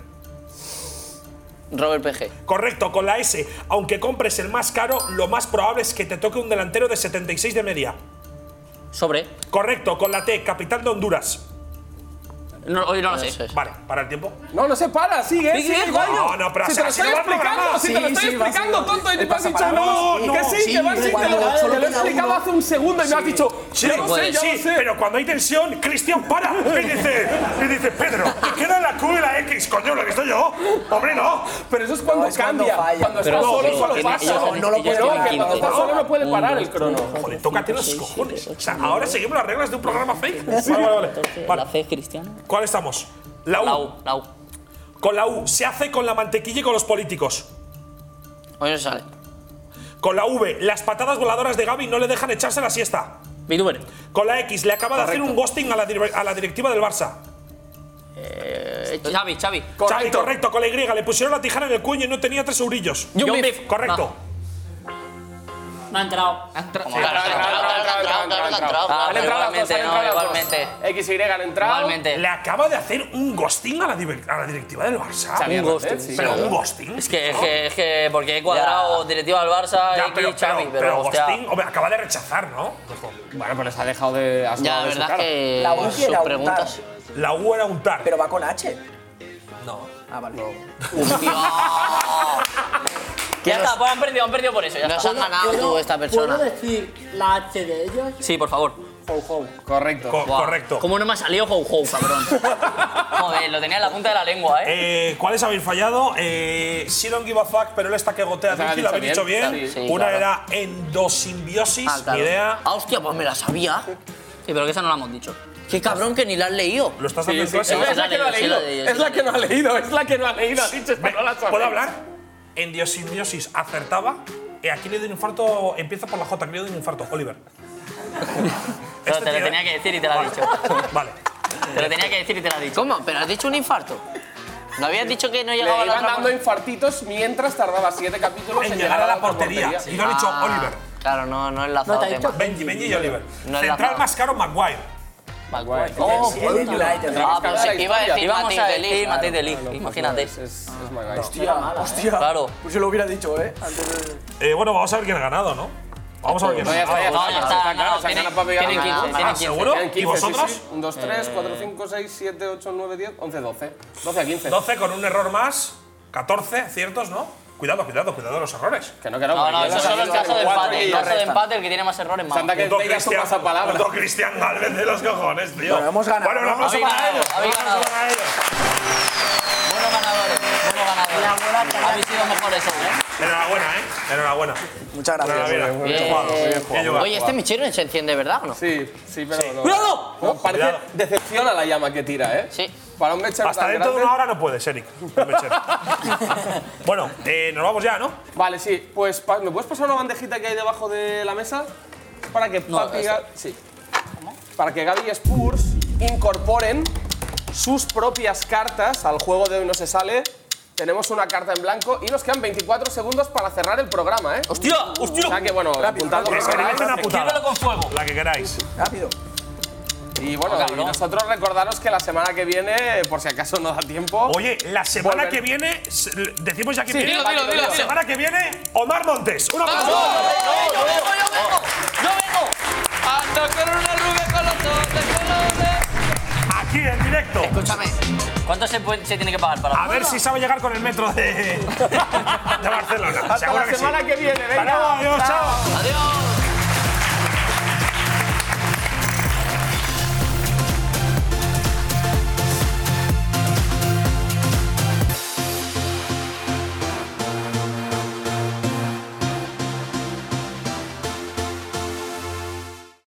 J: Robert PG.
E: Correcto, con la S. Aunque compres el más caro, lo más probable es que te toque un delantero de 76 de media.
J: Sobre.
E: Correcto, con la T, capital de Honduras.
J: No, hoy no la sé.
E: Vale, para el tiempo.
F: No, no se para, sigue,
J: Sigue,
F: sigue,
J: sigue,
F: coño.
E: no, no, pero
F: si te lo
E: así
F: estoy
E: no va el
F: explicando,
E: programa.
F: si te lo
G: Sí,
F: estoy
G: sí, va
F: explicando,
G: así.
F: tonto, y
G: El
F: me has dicho
G: pasapalabra,
F: no,
E: sí.
F: que sí,
G: Sí,
F: que va así, te lo,
G: cuando solo
F: te lo he
G: queda
F: explicado
G: uno.
F: hace un segundo y me has dicho, ya lo sé,
J: puede.
F: ya
E: sí,
F: lo sé.
E: pero cuando hay tensión, Cristian para y dice, y dice Pedro, ¿te queda la Q y la X, coño, lo que estoy yo? Hombre, no.
F: Pero eso es cuando
G: es cuando
F: cambia.
G: falla.
F: Cuando
J: Pero
F: estás
J: no,
F: solo,
J: sí,
F: solo
J: tiene- ellos
F: pasa.
J: han- ellos
F: puede-
J: tienen
F: que cuando
J: quince.
F: estás solo no puede parar el crono.
E: Joder, tócate los cojones. O sea, ahora seguimos las reglas de un programa fake. Vale, vale, vale. Vale,
J: ¿La C es cristiana?
E: ¿Cuál estamos? La U.
J: La U, la U.
E: Con la U se hace con la mantequilla y con los políticos.
J: Hoy no se sale.
E: Con la V, las patadas voladoras de Gaby no le dejan echarse la siesta.
J: VTuber.
E: Con la X, le acaba de hacer
F: Correcto.
E: un ghosting a la, dir- a la directiva del Barça.
J: Eh, Xavi, Xavi.
E: Xavi, correcto, con la Y, le pusieron la tijera en el cuello y no tenía tres eurillos.
J: John
E: John
J: Beef.
E: Beef, Correcto.
H: Me ha entrado.
J: Como que ha entrado, que ha entrado, que ha entrado, que ha entrado.
F: Han entrado las dos,
J: Igualmente,
F: han
J: no,
F: entrado las
J: igualmente.
F: dos. X, Y han entrado.
J: Igualmente.
E: Le acaba de hacer un ghosting a la, diver- a la directiva del Barça.
F: Xavi
J: Un
F: Hernández,
J: ghosting,
F: sí.
E: Pero un ghosting.
J: Es que, es que, es que porque he cuadrado directiva al Barça,
E: Ya,
J: X,
E: pero,
J: Xavi,
E: pero-
J: pero,
E: pero
J: hostia.
E: ghosting, hombre, acaba de rechazar, ¿no?
F: Bueno, pero se ha dejado de. ha
J: Ya,
F: sudado
J: la
F: de su
J: verdad
F: cara.
J: que
G: La U
J: sus
G: era untar,
J: preguntas.
E: La U era un tar.
G: pero va con H. No. Ah, vale.
J: Ya está, pues han perdido, han perdido por eso. Ya
H: Nos
J: está.
H: han ganado
J: ¿Puedo-
H: esta persona. ¿Puedo decir la H de ellos?
J: Sí, por favor.
F: Correcto.
E: Co-
J: Buah,
E: correcto.
J: ¿Cómo no me ha salido Ho Ho,
E: *laughs*
J: cabrón? Joder, lo tenía en la punta de la lengua, ¿eh?
E: Eh, ¿Cuáles habéis fallado? Eh, she don't give a fuck, pero él está que gotea.
F: Esa la
E: Vicky, lo
F: ha
E: habéis dicho
F: dicho
E: bien.
F: bien.
J: Sí,
E: Una
J: claro.
E: era endosimbiosis,
J: Ah, claro.
E: ni idea.
J: Ah, hostia, pues me la sabía. Sí, pero que esa no la hemos dicho. Qué cabrón que ni la has leído.
E: Lo estás dando en
J: sí,
E: clase.
J: sí,
F: es la que no ha
J: sí,
F: leído.
J: sí, sí,
F: Es la que no ha leído. Es la que no ha leído. Ha dicho, esta
J: *laughs*
E: Ve,
F: no la sabéis.
E: ¿Puedo hablar? En diosindiosis acertaba. Y aquí le doy un infarto. Empieza por la J, que le doy un infarto.
J: *laughs*
E: Oliver.
J: Pero
E: Este
J: te
E: tío,
J: lo tenía
E: ¿eh?
J: que decir y te lo ha
E: Vale.
J: dicho.
E: Vale.
J: Te lo tenía que decir y te lo ha dicho. ¿Cómo? ¿Pero has dicho un infarto? ¿No habías dicho que no
F: Le
J: llegaba la
F: iban
J: otra
F: dando
J: cosa?
F: infartitos mientras tardaba siete capítulos
E: En
F: en
E: llegar a la portería. Y lo ha dicho
J: Ah,
E: Oliver.
J: Claro, no, no enlazado
H: No, te ha
J: tema.
H: dicho-
E: Benji, Benji y Oliver.
J: No es la
E: Central
J: J.
E: más caro, Maguire.
J: Oh,
G: Sí, el United.
J: Ah,
F: Claro,
J: pero sí,
F: la
J: que iba a
F: historia.
J: decir
F: Íbamos
J: Matéis
F: a
J: de
F: decir
J: Lig, Matéis de Lig, imagínate.
G: Hostia.
J: Claro.
G: Pues yo lo hubiera dicho, ¿eh? Antes de-
E: Eh, bueno, vamos a ver quién ha ganado, ¿no? Vamos a ver quién ha
F: No, ya está, ya
E: ganado.
F: está.
J: No, ya
F: está
J: está,
F: claro,
J: no,
F: se han
J: tienen
F: ganado para pegar
J: tienen
F: una-
J: 15,
F: Ah,
J: tienen 15.
E: ¿seguro? ¿Y vosotros?
F: 2,
J: Eh.
F: 3, 4, 5, 6, 7, 8, 9, 10, 11, 12. 12 a 15.
E: 12 con un error más. 14, ciertos, ¿no? Cuidado, cuidado, cuidado de los errores.
F: Que no, que no.
J: No, no,
F: que
J: eso
F: ya
J: solo
F: se
J: en
F: han
J: caso de
F: ganado cuatro
J: empate.
F: y
J: En
F: ya
J: caso de
F: restan.
J: empate, el que tiene más errores, más.
F: Santa que
E: Puto
F: te digas tu
E: Cristian,
F: pasapalabra.
E: puto Cristian Galvez de los cojones, tío.
G: Bueno, hemos ganado,
E: Bueno, un
G: ¿no?
E: aplauso
J: Habéis
E: para
J: ganado,
E: ellos.
J: habéis
E: un aplauso para ellos.
J: Buenos ganadores, buenos ganadores. Habéis sido mejores aún, ¿eh?
E: Enhorabuena, ¿eh? Enhorabuena.
G: Muchas gracias. eh,
E: Enhorabuena. Bien jugado, bien jugado.
J: Oye, este mechero se enciende, ¿verdad o no?
F: Sí, sí, pero. no-
J: ¡Cuidado!
F: No, parece
E: Cuidado.
F: decepciona la llama que tira, ¿eh?
J: Sí.
F: Para un mechero
E: Hasta
F: tan
E: dentro de
F: grande-
E: una hora no puedes, Eric. No me eches. bueno,
J: *laughs*
E: eh, nos vamos ya, ¿no?
F: Vale, sí. Pues, pa- ¿me puedes pasar una bandejita que hay debajo de la mesa? Para que Papi
J: eso.
F: Ga- Sí. Para que Gaby y Spurs incorporen sus propias cartas al juego de hoy no se sale. Tenemos una carta en blanco y nos quedan 24 segundos para cerrar el programa, ¿eh?
J: ¡Hostia! ¡Hostia!
F: O sea que, bueno, apuntad lo que queráis.
E: Escribid una putada.
J: Quiérvelo con fuego.
E: La que queráis.
G: Rápido.
F: Y bueno,
J: Ah,
F: y
J: cabrón.
F: nosotros recordaros que la semana que viene, por si acaso no da tiempo.
E: Oye, la semana
F: Volver.
E: que viene, se- decimos ya que viene.
J: dilo, dilo, dilo,
E: La
J: dilo.
E: semana que viene, Omar Montes. Un aplauso.
J: ¡Yo vengo, yo vengo! ¡Yo vengo! Ando con una rubia con los ojos de colores.
E: Aquí en directo.
J: Escúchame. ¿Cuánto se, puede- se tiene que pagar para
E: A ver si sabe llegar con el metro de, *laughs* de Barcelona.
F: Hasta
E: Seguro
F: la
E: que sí.
F: semana que viene, venga.
E: Hasta luego, adiós, chao.
J: Adiós.